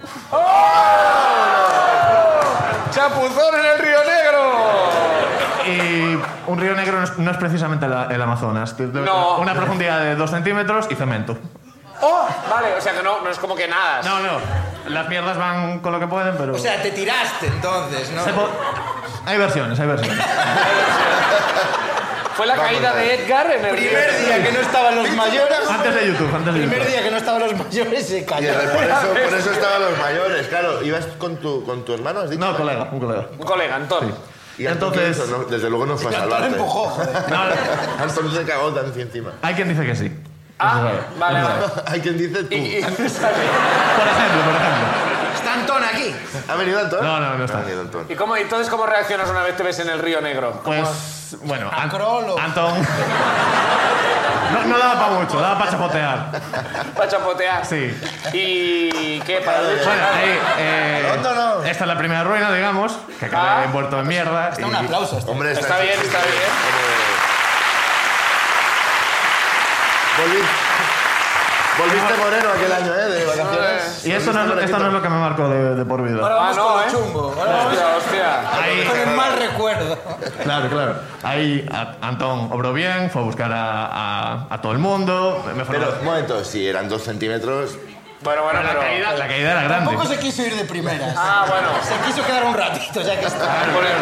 Speaker 2: ¡Chapuzón en el Río Negro!
Speaker 7: Y un río negro no es, no es precisamente la- el Amazonas. Te- te-
Speaker 2: No.
Speaker 7: Una profundidad de dos centímetros y cemento.
Speaker 2: ¡Oh! Vale, o sea que no, no es como que nada.
Speaker 7: No, no. Las mierdas van con lo que pueden, pero...
Speaker 3: O sea, te tiraste entonces, ¿no?
Speaker 7: Se po- hay versiones, hay versiones.
Speaker 2: Fue la
Speaker 1: Vamos
Speaker 2: caída
Speaker 1: a ver.
Speaker 2: de Edgar en el Río
Speaker 3: Primer día que no estaban los mayores.
Speaker 7: Antes de YouTube, antes de
Speaker 3: Primer
Speaker 7: YouTube.
Speaker 3: día que no estaban los mayores se
Speaker 1: Y
Speaker 3: cayó.
Speaker 1: el- por, eso, por <laughs> eso estaban los mayores, claro. ¿Ibas con tu, con tu hermano? ¿Has dicho?
Speaker 7: No, colega, un colega.
Speaker 2: Un colega, Antón.
Speaker 1: Y Antón,
Speaker 7: Entonces-
Speaker 1: ¿qué hizo? No, desde luego no <laughs> fue a salvarte.
Speaker 3: empujó,
Speaker 7: No, no,
Speaker 1: Antón se cagó Dancy encima.
Speaker 7: hay quien dice que sí.
Speaker 2: Ah, vale, vale.
Speaker 1: <laughs> Hay quien dice tú.
Speaker 2: Y, y-
Speaker 7: Por ejemplo, por ejemplo.
Speaker 3: Está Antón aquí.
Speaker 1: ¿Ha venido Antón?
Speaker 7: No, no, no está.
Speaker 1: Ha venido Antón.
Speaker 2: ¿y cómo, entonces, ¿cómo reaccionas una vez te ves en el Río Negro?
Speaker 7: Pues, bueno, An-
Speaker 3: Acrolo.
Speaker 7: Antón... No, no daba para mucho, daba para chapotear.
Speaker 2: Para chapotear.
Speaker 7: Sí.
Speaker 2: ¿Y qué? Para
Speaker 7: Bueno,
Speaker 2: duchar?
Speaker 7: ahí, eh,
Speaker 1: No, no, no.
Speaker 7: esta es la primera ruina, digamos, que acabé
Speaker 2: Ah.
Speaker 7: envuelto en mierda. y-
Speaker 3: Un aplauso. este. está.
Speaker 1: Hombre,
Speaker 2: Está bien, está bien.
Speaker 1: Volvi- Volviste moreno aquel año, ¿eh? De vacaciones.
Speaker 7: Y eso no, es lo- esto no es lo que me marcó de, de por vida.
Speaker 3: Ahora vamos
Speaker 2: Ah, no,
Speaker 3: con
Speaker 2: ¿eh?
Speaker 3: lo chungo. Ahora vamos
Speaker 2: Hostia, hostia.
Speaker 7: Ahí,
Speaker 3: con el mal recuerdo.
Speaker 7: claro, claro. Ahí a- Antón obró bien, fue a buscar a, a- a todo el mundo. me formó-
Speaker 1: Pero, un momento, si eran dos centímetros...
Speaker 2: Bueno, bueno,
Speaker 7: la, caída,
Speaker 2: pero...
Speaker 7: la caída era grande.
Speaker 3: Tampoco se quiso ir de primeras.
Speaker 2: Ah, bueno.
Speaker 3: Se quiso quedar un ratito, ya que está.
Speaker 2: Por el-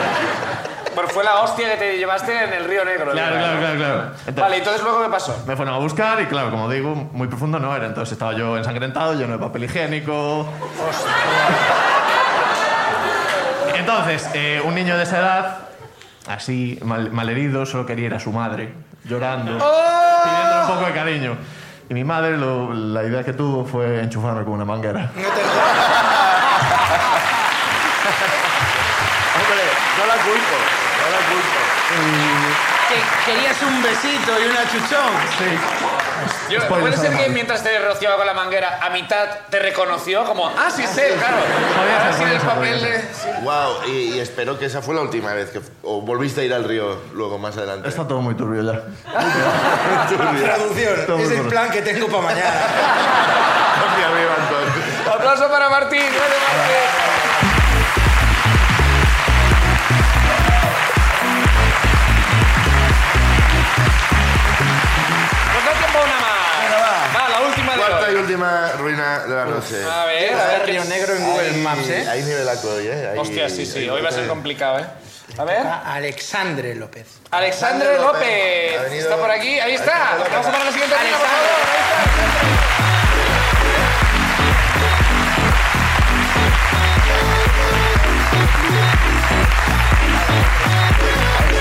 Speaker 2: Pero fue la hostia que te llevaste en el Río Negro.
Speaker 7: Claro,
Speaker 2: digo,
Speaker 7: claro,
Speaker 2: ¿no?
Speaker 7: claro, claro. Entonces,
Speaker 2: Vale, ¿y entonces luego qué pasó?
Speaker 7: Me fueron a buscar y claro, como digo, muy profundo no era. Entonces estaba yo ensangrentado, lleno de papel higiénico. Entonces, eh, un niño de esa edad, así, mal, malherido, solo quería ir a su madre, llorando, pidiéndole un poco de cariño. Y mi madre, lo- la idea que tuvo fue enchufarme con una manguera.
Speaker 3: No te jodas.
Speaker 1: Hombre, no la culpo, no la culpo.
Speaker 5: Que querías un besito y una chuchón.
Speaker 7: Sí.
Speaker 2: Yo-
Speaker 7: Spoilers
Speaker 2: ¿Puede
Speaker 7: a la
Speaker 2: ser que
Speaker 7: madre.
Speaker 2: mientras te rociaba con la manguera, a mitad te reconoció? Como, ah, sí sé, claro.
Speaker 7: Podía
Speaker 2: Ahora
Speaker 7: ser,
Speaker 2: sí, el
Speaker 7: podía ser,
Speaker 2: papel
Speaker 7: podía
Speaker 2: de...
Speaker 1: Wow, y, y espero que esa fue la última vez que o volviste a ir al río luego más adelante. <laughs>
Speaker 7: Está todo muy turbio ya.
Speaker 3: Traducción. Es el plan que tengo para mañana.
Speaker 1: Cambia arriba, Antón. <laughs>
Speaker 2: Aplauso para Martín. Gracias, Martín. Nos Pues da tiempo a una más. Va, la última de
Speaker 1: Cuarta y
Speaker 2: hoy.
Speaker 1: última ruina de la noche.
Speaker 2: A ver, a ver.
Speaker 3: Río Negro en Google Maps, ¿eh?
Speaker 1: Hay nivelaco hoy, ¿eh? Hay-
Speaker 2: Hostia, sí, sí.
Speaker 1: hay
Speaker 2: Hoy va a ser
Speaker 1: nivel.
Speaker 2: complicado, ¿eh? A ver.
Speaker 3: A Alexandre López.
Speaker 2: Alexandre
Speaker 1: Alexandre
Speaker 2: López.
Speaker 1: López. Ha venido-
Speaker 2: Está por aquí. Ahí está.
Speaker 1: Alexandre López.
Speaker 2: Vamos a para la siguiente ruina, por favor.
Speaker 5: Alexandre.
Speaker 2: Ahí está, Alexandre.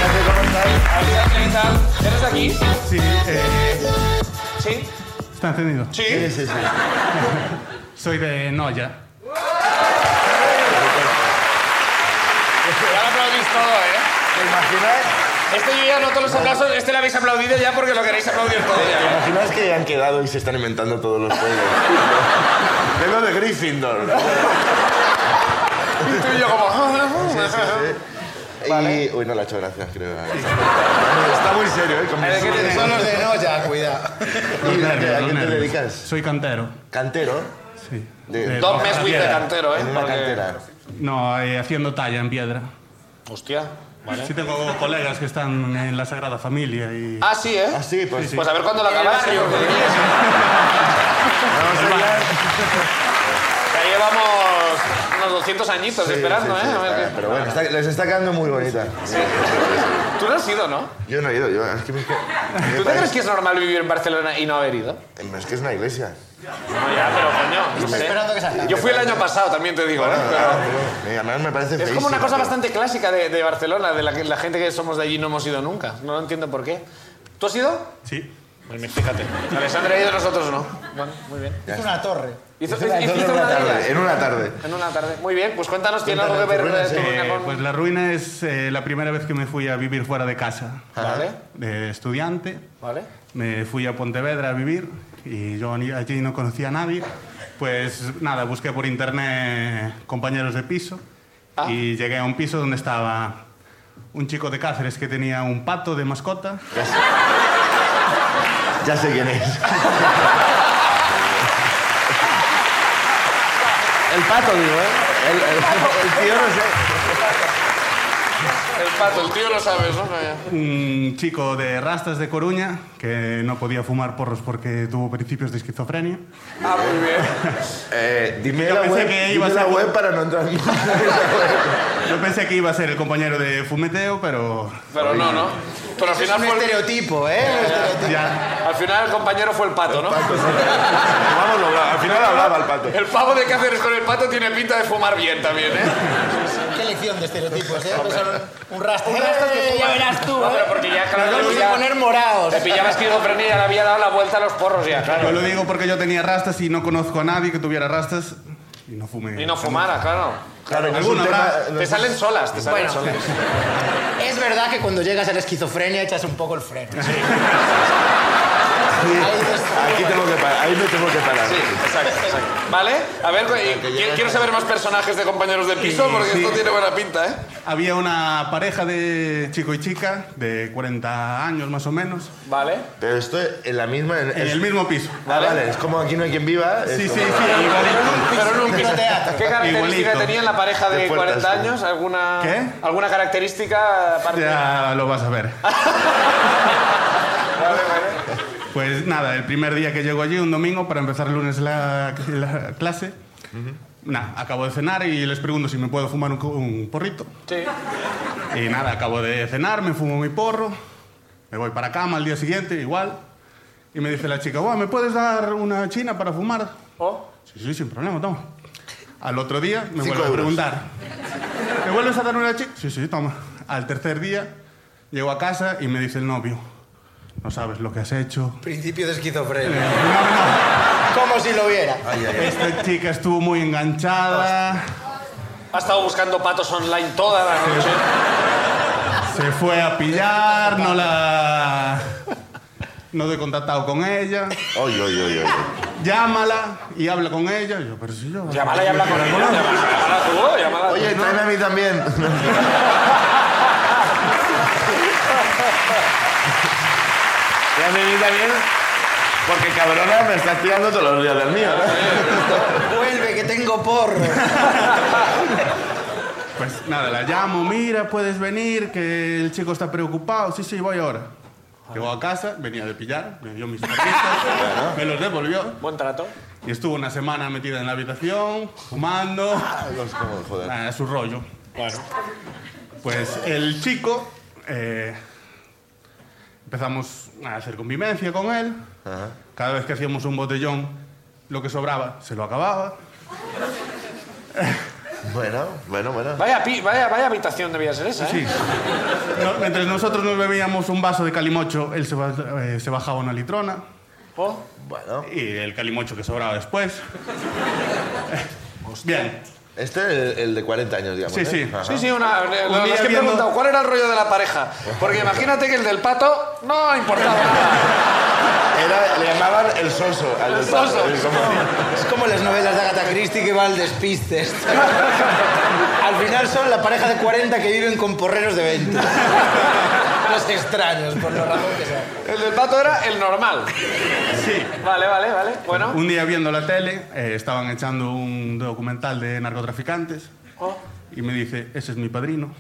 Speaker 2: Alexandre, ¿qué tal? ¿Eres de aquí?
Speaker 8: Sí, eh,
Speaker 2: Sí.
Speaker 8: está encendido.
Speaker 2: Sí.
Speaker 1: Sí, sí, sí.
Speaker 8: <laughs> Soy de Noya.
Speaker 2: Ya lo aplaudís todo, ¿eh?
Speaker 1: ¿Te imaginas,
Speaker 2: Este yo ya noto los aplausos. Este lo habéis aplaudido ya porque lo queréis aplaudir todo
Speaker 1: te
Speaker 2: ya.
Speaker 1: imaginas que han quedado y se están inventando todos los juegos? <laughs> Vengo de Gryffindor.
Speaker 2: Y tú y yo como... "Ah,
Speaker 1: Sí, sí, sí. Y... Uy, no le ha hecho gracia, creo. Está muy serio, ¿eh? Con
Speaker 2: A ver, ¿qué te-
Speaker 3: Son los de Noya,
Speaker 1: <laughs>
Speaker 3: cuidado.
Speaker 1: ¿Y a qué, a
Speaker 8: Nervios, los
Speaker 1: qué te
Speaker 8: nervios.
Speaker 1: dedicas?
Speaker 8: Soy cantero.
Speaker 1: Cantero
Speaker 8: Sí.
Speaker 1: De-
Speaker 8: Eh,
Speaker 2: Don Meswick de cantero, ¿eh?
Speaker 1: en una
Speaker 2: Porque-
Speaker 1: cantera.
Speaker 8: No, eh, haciendo talla en piedra.
Speaker 2: Hostia. Vale.
Speaker 8: Sí tengo colegas que están en la Sagrada Familia y...
Speaker 2: Ah, sí, ¿eh?
Speaker 1: Ah, sí, pues...
Speaker 2: Pues a ver cuándo lo
Speaker 3: Ah,
Speaker 2: acabas.
Speaker 3: ¿eh?
Speaker 1: Vamos a hablar-
Speaker 2: Ya llevamos unos 200 añitos
Speaker 1: Sí,
Speaker 2: esperando,
Speaker 1: sí, sí,
Speaker 2: ¿eh? A ver
Speaker 1: está-
Speaker 2: qué-
Speaker 1: Pero bueno, está- les está quedando muy bonita. Sí, sí, sí.
Speaker 2: Tú no has ido, ¿no?
Speaker 1: Yo no he ido, yo. Es <laughs> que me, me
Speaker 2: ¿Tú te
Speaker 1: parece-
Speaker 2: crees que es normal vivir en Barcelona y no haber ido?
Speaker 1: Es que es una iglesia.
Speaker 2: No, ya, pero coño. no sé.
Speaker 3: esperando que salga.
Speaker 2: Yo fui el año pasado, también te digo, ¿eh?
Speaker 1: Ah,
Speaker 2: Pero-
Speaker 1: Me- Además me parece
Speaker 2: Es como una
Speaker 1: feísima,
Speaker 2: cosa
Speaker 1: tío.
Speaker 2: bastante clásica de, de Barcelona, de la, que- la gente que somos de allí no hemos ido nunca. No lo entiendo por qué. ¿Tú has ido?
Speaker 8: Sí.
Speaker 2: Pues mi- fíjate. Alessandra ha ido, nosotros no. Bueno, muy bien.
Speaker 3: Es una torre.
Speaker 2: Hizo,
Speaker 1: En
Speaker 2: hizo
Speaker 1: una
Speaker 2: una de
Speaker 1: tarde,
Speaker 2: ellas.
Speaker 1: en una tarde.
Speaker 2: En una tarde. Muy bien, pues cuéntanos, ¿tiene algo que
Speaker 1: Cuéntanos
Speaker 2: ver
Speaker 1: tu
Speaker 2: eh, tu
Speaker 1: ruina, sí.
Speaker 2: ruina
Speaker 8: Eh,
Speaker 2: con...?
Speaker 8: pues la ruina es eh, la primera vez que me fui a vivir fuera de casa.
Speaker 2: Vale,
Speaker 8: De estudiante,
Speaker 2: vale.
Speaker 8: me fui a Pontevedra a vivir y yo ni- allí no conocía a nadie. Pues nada, busqué por internet compañeros de piso
Speaker 2: Ah.
Speaker 8: y llegué a un piso donde estaba un chico de Cáceres que tenía un pato de mascota.
Speaker 1: Ya sé quién es.
Speaker 5: El pato, digo, ¿eh?
Speaker 1: El, el- el tío no sé.
Speaker 2: El pato, el tío lo sabes, ¿no? No,
Speaker 8: Un chico de Rastas de Coruña que no podía fumar porros porque tuvo principios de esquizofrenia.
Speaker 2: ya. Ah, muy bien.
Speaker 1: Eh, dime
Speaker 8: Yo
Speaker 1: la
Speaker 8: pensé
Speaker 1: web,
Speaker 8: que
Speaker 1: dime
Speaker 8: iba a
Speaker 1: la
Speaker 8: ser-
Speaker 1: web para no entrar en esa web.
Speaker 8: Yo pensé que iba a ser el compañero de fumeteo, pero
Speaker 2: Pero no, ¿no? Pero al
Speaker 3: Es
Speaker 2: final
Speaker 3: un
Speaker 2: fue el...
Speaker 3: estereotipo, ¿eh? Un estereotipo.
Speaker 8: ya
Speaker 2: Al final el compañero fue el pato, ¿no?
Speaker 1: Vamos, lo- al final hablaba el pato.
Speaker 2: El pavo de Cáceres con el pato tiene pinta de fumar bien también, ¿eh?
Speaker 3: Qué lección de estereotipos, ¿eh? Pues son un rastro. Un
Speaker 2: que
Speaker 3: ya
Speaker 2: fuman.
Speaker 3: verás tú,
Speaker 2: No,
Speaker 3: ¿eh?
Speaker 2: pero porque ya, claro,
Speaker 3: Nos vamos
Speaker 2: ya-
Speaker 3: a poner morados.
Speaker 2: Le pillaba esquizofrenia y ya le había dado la vuelta a los porros ya,
Speaker 8: Yo
Speaker 2: claro.
Speaker 8: lo digo porque yo tenía rastas y no conozco a nadie que tuviera rastas y no fumé.
Speaker 2: Y no fumara, claro.
Speaker 1: Claro, que es un
Speaker 8: Alguno
Speaker 1: tema...
Speaker 8: habrá.
Speaker 2: Te salen solas, te salen
Speaker 3: Bueno.
Speaker 2: solas.
Speaker 3: Es verdad que cuando llegas a la esquizofrenia echas un poco el freno.
Speaker 1: Sí, Aquí tengo que parar, ahí me tengo que parar.
Speaker 2: Sí, exacto, exacto. ¿Vale? A ver, y- qui- quiero saber más personajes de compañeros de piso
Speaker 8: Sí,
Speaker 2: porque
Speaker 8: sí.
Speaker 2: esto tiene buena pinta, ¿eh?
Speaker 8: Había una pareja de chico y chica de 40 años más o menos
Speaker 2: Vale.
Speaker 1: Pero esto en la misma... en-
Speaker 8: en
Speaker 1: es-
Speaker 8: el mismo piso.
Speaker 1: Ah, vale, es como aquí no hay quien viva. es
Speaker 8: Sí, sí, sí,
Speaker 1: como-
Speaker 8: igualito.
Speaker 2: Pero en un piso. ¿Qué característica
Speaker 8: <laughs> Igualito.
Speaker 2: tenían la pareja de
Speaker 1: De puertas,
Speaker 2: 40
Speaker 1: sí.
Speaker 2: años? ¿Alguna,
Speaker 8: ¿Qué?
Speaker 2: ¿Alguna característica aparte?
Speaker 8: Ya lo vas a ver.
Speaker 2: Vale, vale.
Speaker 8: Pues nada, el primer día que llego allí, un domingo, para empezar el lunes la, la clase, nada, acabo de cenar y les pregunto si me puedo fumar un, co- un porrito.
Speaker 2: Sí.
Speaker 8: Y nada, acabo de cenar, me fumo mi porro, me voy para cama al día siguiente, igual. Y me dice la chica, "Buah, ¿me puedes dar una china para fumar?
Speaker 2: Oh,
Speaker 8: Sí, sí, sin problema, toma. Al otro día me
Speaker 1: Cinco
Speaker 8: vuelve a
Speaker 1: euros.
Speaker 8: preguntar, ¿me vuelves a dar una china? Sí, sí, toma. Al tercer día llego a casa y me dice el novio, no sabes lo que has hecho.
Speaker 3: Principio de
Speaker 8: Eh,
Speaker 3: esquizofrenia.
Speaker 8: no, no.
Speaker 3: Como si lo hubiera.
Speaker 8: Esta chica estuvo muy enganchada,
Speaker 2: ha estado buscando patos online toda la noche.
Speaker 8: se fue a pillar, no la... No he contactado con ella.
Speaker 1: Oy, oy, oy, oy.
Speaker 8: Llámala y habla con ella. Yo, pero si yo...
Speaker 2: Llámala y habla con ella. Llámala tú, ¿eh? llámala tú.
Speaker 1: Oye, tráeme a mí también. <laughs> Tráeme a mí también. Porque cabrona me estás tirando todos los días del mío. ¿no?
Speaker 3: Vuelve, que tengo porro.
Speaker 8: Pues nada, la llamo, mira, puedes venir, que el chico está preocupado. Sí, sí, voy ahora. Llegó a casa, venía de pillar, me dio mis tarjetas, me los devolvió.
Speaker 2: Buen trato.
Speaker 8: Y estuvo una semana metida en la habitación, fumando,
Speaker 1: Es como, joder.
Speaker 8: a Ah, su rollo.
Speaker 2: Bueno.
Speaker 8: Pues el chico, eh, empezamos a hacer convivencia con él. Cada vez que hacíamos un botellón, lo que sobraba se lo acababa.
Speaker 1: Bueno, bueno, bueno.
Speaker 2: Vaya, pi- vaya, vaya habitación debía ser esa, ¿eh?
Speaker 8: Sí. No- mientras nosotros nos bebíamos un vaso de calimocho, él se, ba- eh, se bajaba una litrona
Speaker 2: Oh,
Speaker 1: Bueno.
Speaker 8: y el calimocho que sobraba después. Bien,
Speaker 1: Este es el, el de 40 años, digamos.
Speaker 8: Sí,
Speaker 1: ¿eh?
Speaker 8: sí.
Speaker 1: Ajá.
Speaker 2: Sí, sí, una, eh,
Speaker 8: Un
Speaker 2: los
Speaker 8: día
Speaker 2: que he
Speaker 8: viendo-
Speaker 2: preguntado, ¿cuál era el rollo de la pareja? Porque imagínate que el del pato no importaba nada.
Speaker 1: Era- le llamaban el soso al del
Speaker 2: El
Speaker 1: pato.
Speaker 2: soso.
Speaker 1: Es como-
Speaker 3: Es como las novelas de Agatha Christie que va al despiste. <laughs> esto. Al final son la pareja de 40 que viven con porreros de <laughs> 20. Los extraños, por lo raro que sea.
Speaker 2: El del pato era el normal.
Speaker 8: sí.
Speaker 2: Vale, vale, vale. Bueno.
Speaker 8: Un día viendo la tele, eh, estaban echando un documental de narcotraficantes
Speaker 2: Oh,
Speaker 8: y me dice, ese es mi padrino.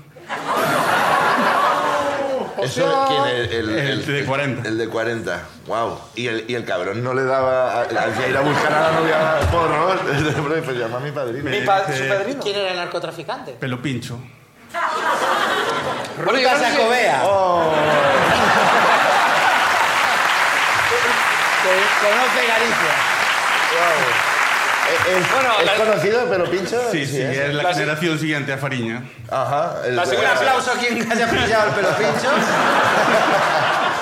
Speaker 1: ¿Eso quién es? El,
Speaker 8: El de 40.
Speaker 1: El de 40. Wow. Y el, y el cabrón no le daba. Hacía ir a buscar a la novia <laughs> porros. Pues llama a mi padrino.
Speaker 2: mi pa- su
Speaker 8: dice-
Speaker 2: padrino.
Speaker 3: ¿Quién era el narcotraficante?
Speaker 8: Pelo pincho.
Speaker 2: Bueno, yo no
Speaker 5: Lucas
Speaker 2: sé si-
Speaker 5: Acobea.
Speaker 3: Oh.
Speaker 5: Que Conoce Galicia.
Speaker 1: Eh, ¿Es,
Speaker 2: Bueno,
Speaker 1: es
Speaker 2: la-
Speaker 1: conocido pero pincho?
Speaker 8: Sí, sí,
Speaker 1: ¿eh?
Speaker 8: es la
Speaker 2: La si-
Speaker 8: generación siguiente a Fariña.
Speaker 1: Ajá. el-
Speaker 2: La
Speaker 5: Un
Speaker 2: segunda-
Speaker 5: aplauso a quien haya pillado el pelo pincho.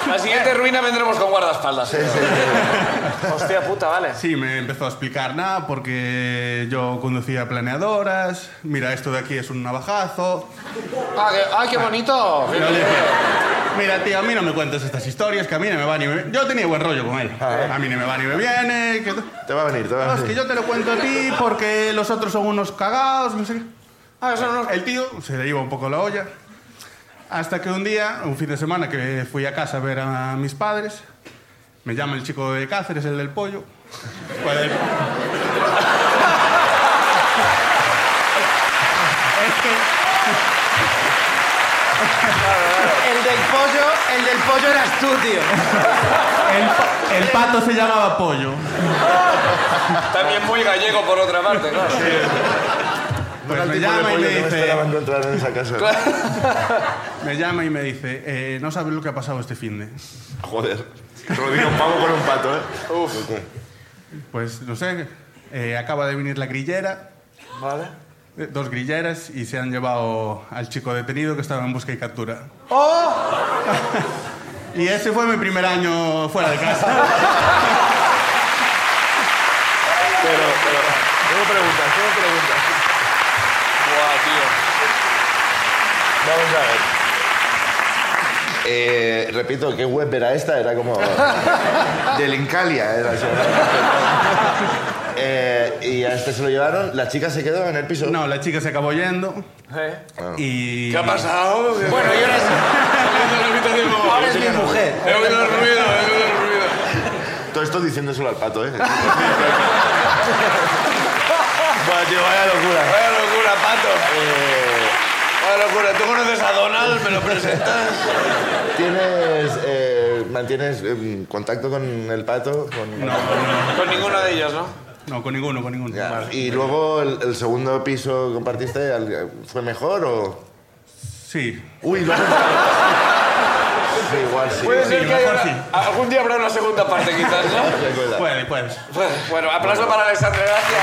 Speaker 2: La siguiente ruina vendremos con guardaespaldas.
Speaker 1: Sí, sí, sí.
Speaker 2: Hostia puta, vale.
Speaker 8: Sí, me empezó a explicar nada porque yo conducía planeadoras. Mira, esto de aquí es un navajazo.
Speaker 2: Ah, qué, ah, qué bonito.
Speaker 8: Yo le dije, Mira, tío, a mí no me cuentes estas historias, que a mí no me va ni me... Yo tenía buen rollo con él. A mí no me va ni me viene. Que...
Speaker 1: Te va a venir, te va
Speaker 8: No,
Speaker 1: a
Speaker 8: es que
Speaker 1: venir.
Speaker 8: yo te lo cuento a ti porque los otros son unos cagados, no sé qué.
Speaker 2: Ah, eso no.
Speaker 8: El tío se le iba un poco la olla. Hasta que un día, un fin de semana que fui a casa a ver a mis padres, me llama el chico de Cáceres, el del pollo. Pues, es que
Speaker 5: El del pollo, el del pollo eras tú, tío.
Speaker 8: el, pa- el pato se llamaba pollo.
Speaker 2: También muy gallego por otra parte, claro.
Speaker 8: Pues
Speaker 1: Era el tipo
Speaker 8: me
Speaker 1: de
Speaker 8: llama y
Speaker 1: pollo
Speaker 8: me
Speaker 1: que me
Speaker 8: dice,
Speaker 1: esperaba encontrar en esa casa.
Speaker 8: me llama y me dice, eh, no sabes lo que ha pasado este fin de.
Speaker 1: Joder. Rodrigo un pavo con un pato, ¿eh? Uf.
Speaker 8: Pues no sé, eh, acaba de venir la grillera. Vale. Dos grilleras y se han llevado al chico detenido que estaba en busca y captura. ¡Oh! <laughs> y ese fue mi primer año fuera de casa.
Speaker 1: Pero, pero... Tengo preguntas, tengo preguntas.
Speaker 2: Buah, tío.
Speaker 1: Vamos a ver. Eh, repito, ¿qué web era esta? Era
Speaker 2: <laughs>
Speaker 1: como... Delincalia era eso. Eh, y a este se lo llevaron. La chica se quedó en el piso.
Speaker 8: No, la chica se acabó yendo y...
Speaker 2: ¿Qué ha pasado? Bueno, yo ahora
Speaker 5: Ahora es mi mujer.
Speaker 2: He oído el ruido, he oído el ruido.
Speaker 1: Todo esto diciéndoselo al
Speaker 8: <laughs>
Speaker 1: pato, ¿eh? Buah, tío, vaya locura.
Speaker 2: Vaya locura, pato. Vaya locura. ¿Tú conoces a Donald? ¿Me lo presentas?
Speaker 1: ¿Tienes, eh, ¿Mantienes em, contacto con el pato? Con-
Speaker 8: No, no,
Speaker 2: Con ninguna de ellas, ¿no?
Speaker 8: no, con ninguno, con ninguno.
Speaker 1: Ya.
Speaker 8: Vale.
Speaker 1: Y luego el, el segundo piso que compartiste, al- ¿fue mejor o...?
Speaker 8: Sí.
Speaker 1: Uy, no. sí, igual sí.
Speaker 2: Puede ser que haya
Speaker 8: mejor
Speaker 2: una- algún día habrá una segunda parte, quizás, ¿no?
Speaker 1: Sí, cuidado.
Speaker 8: Puede, puedes.
Speaker 2: Bueno, aplauso para Alexandre, gracias.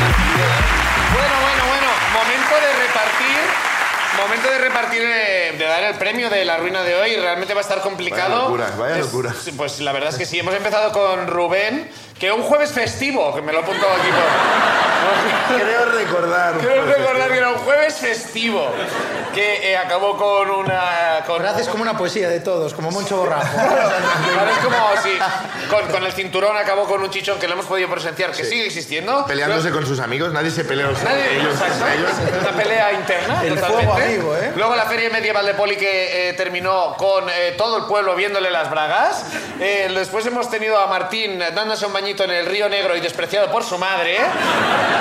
Speaker 2: Bueno, bueno, bueno. Momento de repartir. Momento de repartir, eh, de dar el premio de la ruina de hoy. Realmente va a estar complicado.
Speaker 1: Vaya locura, vaya
Speaker 2: Es-
Speaker 1: locura.
Speaker 2: pues la verdad es que sí. Hemos empezado con Rubén, que un jueves festivo, que me lo he apuntado aquí <laughs> por...
Speaker 1: Creo recordar...
Speaker 2: Quiero recordar que era un jueves festivo que eh, acabó con una. Con,
Speaker 3: Ahora haces como una poesía de todos, como Moncho Borrajo.
Speaker 2: Ahora es como si. Con, con el cinturón acabó con un chichón que lo hemos podido presenciar, que sigue existiendo.
Speaker 1: Peleándose con sus amigos, nadie se pelea. o sea,
Speaker 2: Nadie-
Speaker 1: ellos,
Speaker 2: exacto,
Speaker 1: ellos.
Speaker 2: Una pelea interna.
Speaker 3: El
Speaker 2: totalmente.
Speaker 3: fuego amigo, ¿eh?
Speaker 2: Luego la feria medieval de Poli que eh, terminó con eh, todo el pueblo viéndole las bragas. Eh, después hemos tenido a Martín dándose un bañito en el río Negro y despreciado por su madre.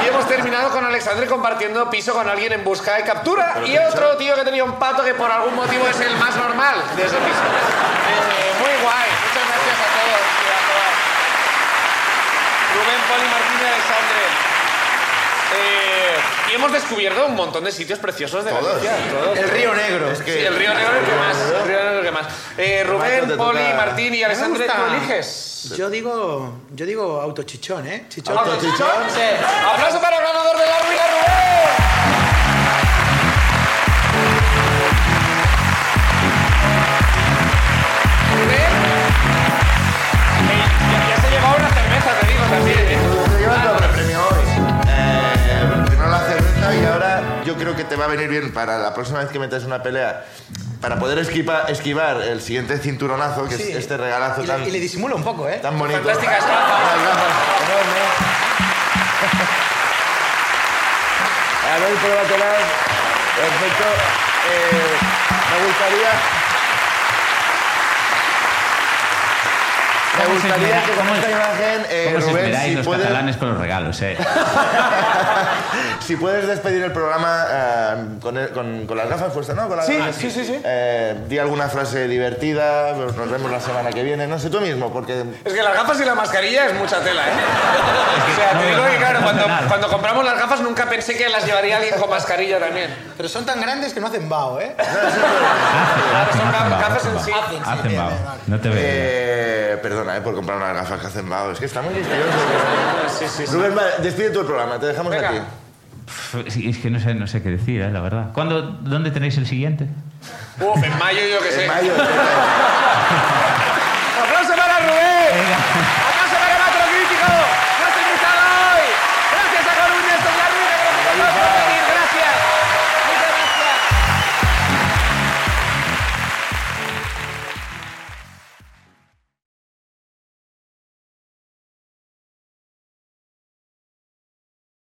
Speaker 2: Y hemos terminado con Alexandre compartiendo piso con alguien en busca de captura. y otro tío que tenía un pato que por algún motivo es el más normal de ese piso. Eh, muy guay. Muchas gracias a todos y a todas. Rubén, Poli, Martín y Alexandre. Eh, y hemos descubierto un montón de sitios preciosos de
Speaker 1: Todos. Eh,
Speaker 2: Galicia. Todos.
Speaker 3: El río negro.
Speaker 1: Es que-
Speaker 2: Sí, el río negro es el que más. El río negro es el que más. Eh,
Speaker 1: Marco,
Speaker 2: Rubén,
Speaker 1: te
Speaker 2: Poli,
Speaker 1: toca-
Speaker 2: Martín y Alexandre,
Speaker 3: gusta.
Speaker 2: tú eliges.
Speaker 3: Yo digo, yo digo autochichón, ¿eh? Chichón.
Speaker 2: ¿Autochichón? ¡Aplauso para el ganador de la ruina, Rubén! Rubén, eh, ya- ya se llevó una cerveza, te digo, también, eh.
Speaker 1: Se llevan doble premio hoy. Eh, primero la cerveza y ahora yo creo que te va a venir bien para la próxima vez que metas una pelea. Para poder esquiva- esquivar el siguiente cinturonazo, que
Speaker 3: Sí.
Speaker 1: es este regalazo
Speaker 3: Y
Speaker 1: tan,
Speaker 3: le, y le disimula un poco, ¿eh?
Speaker 1: tan bonito.
Speaker 2: Fantásticas gafas.
Speaker 1: Las gafas, <laughs> enorme. A ver, pruébatelas. Perfecto. Eh, me gustaría... Me
Speaker 4: ¿Cómo se
Speaker 1: gustaría
Speaker 4: esmera-
Speaker 1: que con
Speaker 4: cómo es-
Speaker 1: esta imagen, eh,
Speaker 4: ¿Cómo os
Speaker 1: Rubén,
Speaker 4: esperáis
Speaker 1: si
Speaker 4: los
Speaker 1: puedes-
Speaker 4: catalanes con los regalos, eh?
Speaker 1: <laughs> Si puedes despedir el programa eh, con, el- con- con las gafas puestas, ¿no? Con las
Speaker 8: Sí,
Speaker 1: gafas.
Speaker 8: sí, sí, sí.
Speaker 1: Eh, di alguna frase divertida, pues nos vemos la semana que viene, no sé, tú mismo, porque...
Speaker 2: Es que las gafas y la mascarilla es mucha tela, ¿eh? O sea,
Speaker 4: no,
Speaker 2: te digo
Speaker 4: no,
Speaker 2: que, claro,
Speaker 4: no,
Speaker 2: cuando,
Speaker 4: nada.
Speaker 2: cuando compramos las gafas nunca pensé que las llevaría alguien con mascarilla también.
Speaker 3: Pero son tan grandes que no hacen vaho, ¿eh?
Speaker 2: Claro, son
Speaker 4: Hacen
Speaker 2: gafas,
Speaker 4: vaho,
Speaker 2: gafas en
Speaker 4: hacen
Speaker 2: sí.
Speaker 4: vaho.
Speaker 3: sí,
Speaker 4: Hacen
Speaker 3: bien,
Speaker 4: vaho.
Speaker 3: bien, vale.
Speaker 4: No te veo.
Speaker 1: Eh, perdona, eh, por comprar unas gafas que hacen vaho. Es que estamos listillosos.
Speaker 2: Sí, sí, sí.
Speaker 1: Rubén, vale, despide tú el programa, te dejamos
Speaker 2: Venga.
Speaker 1: aquí.
Speaker 4: Pff, sí, Es que no sé, no sé qué decir, eh, la verdad. ¿Cuándo, ¿Dónde tenéis el siguiente?
Speaker 2: Uf, en mayo yo que sé.
Speaker 1: En mayo.
Speaker 2: ¡Aplauso para Rubén!
Speaker 4: Venga.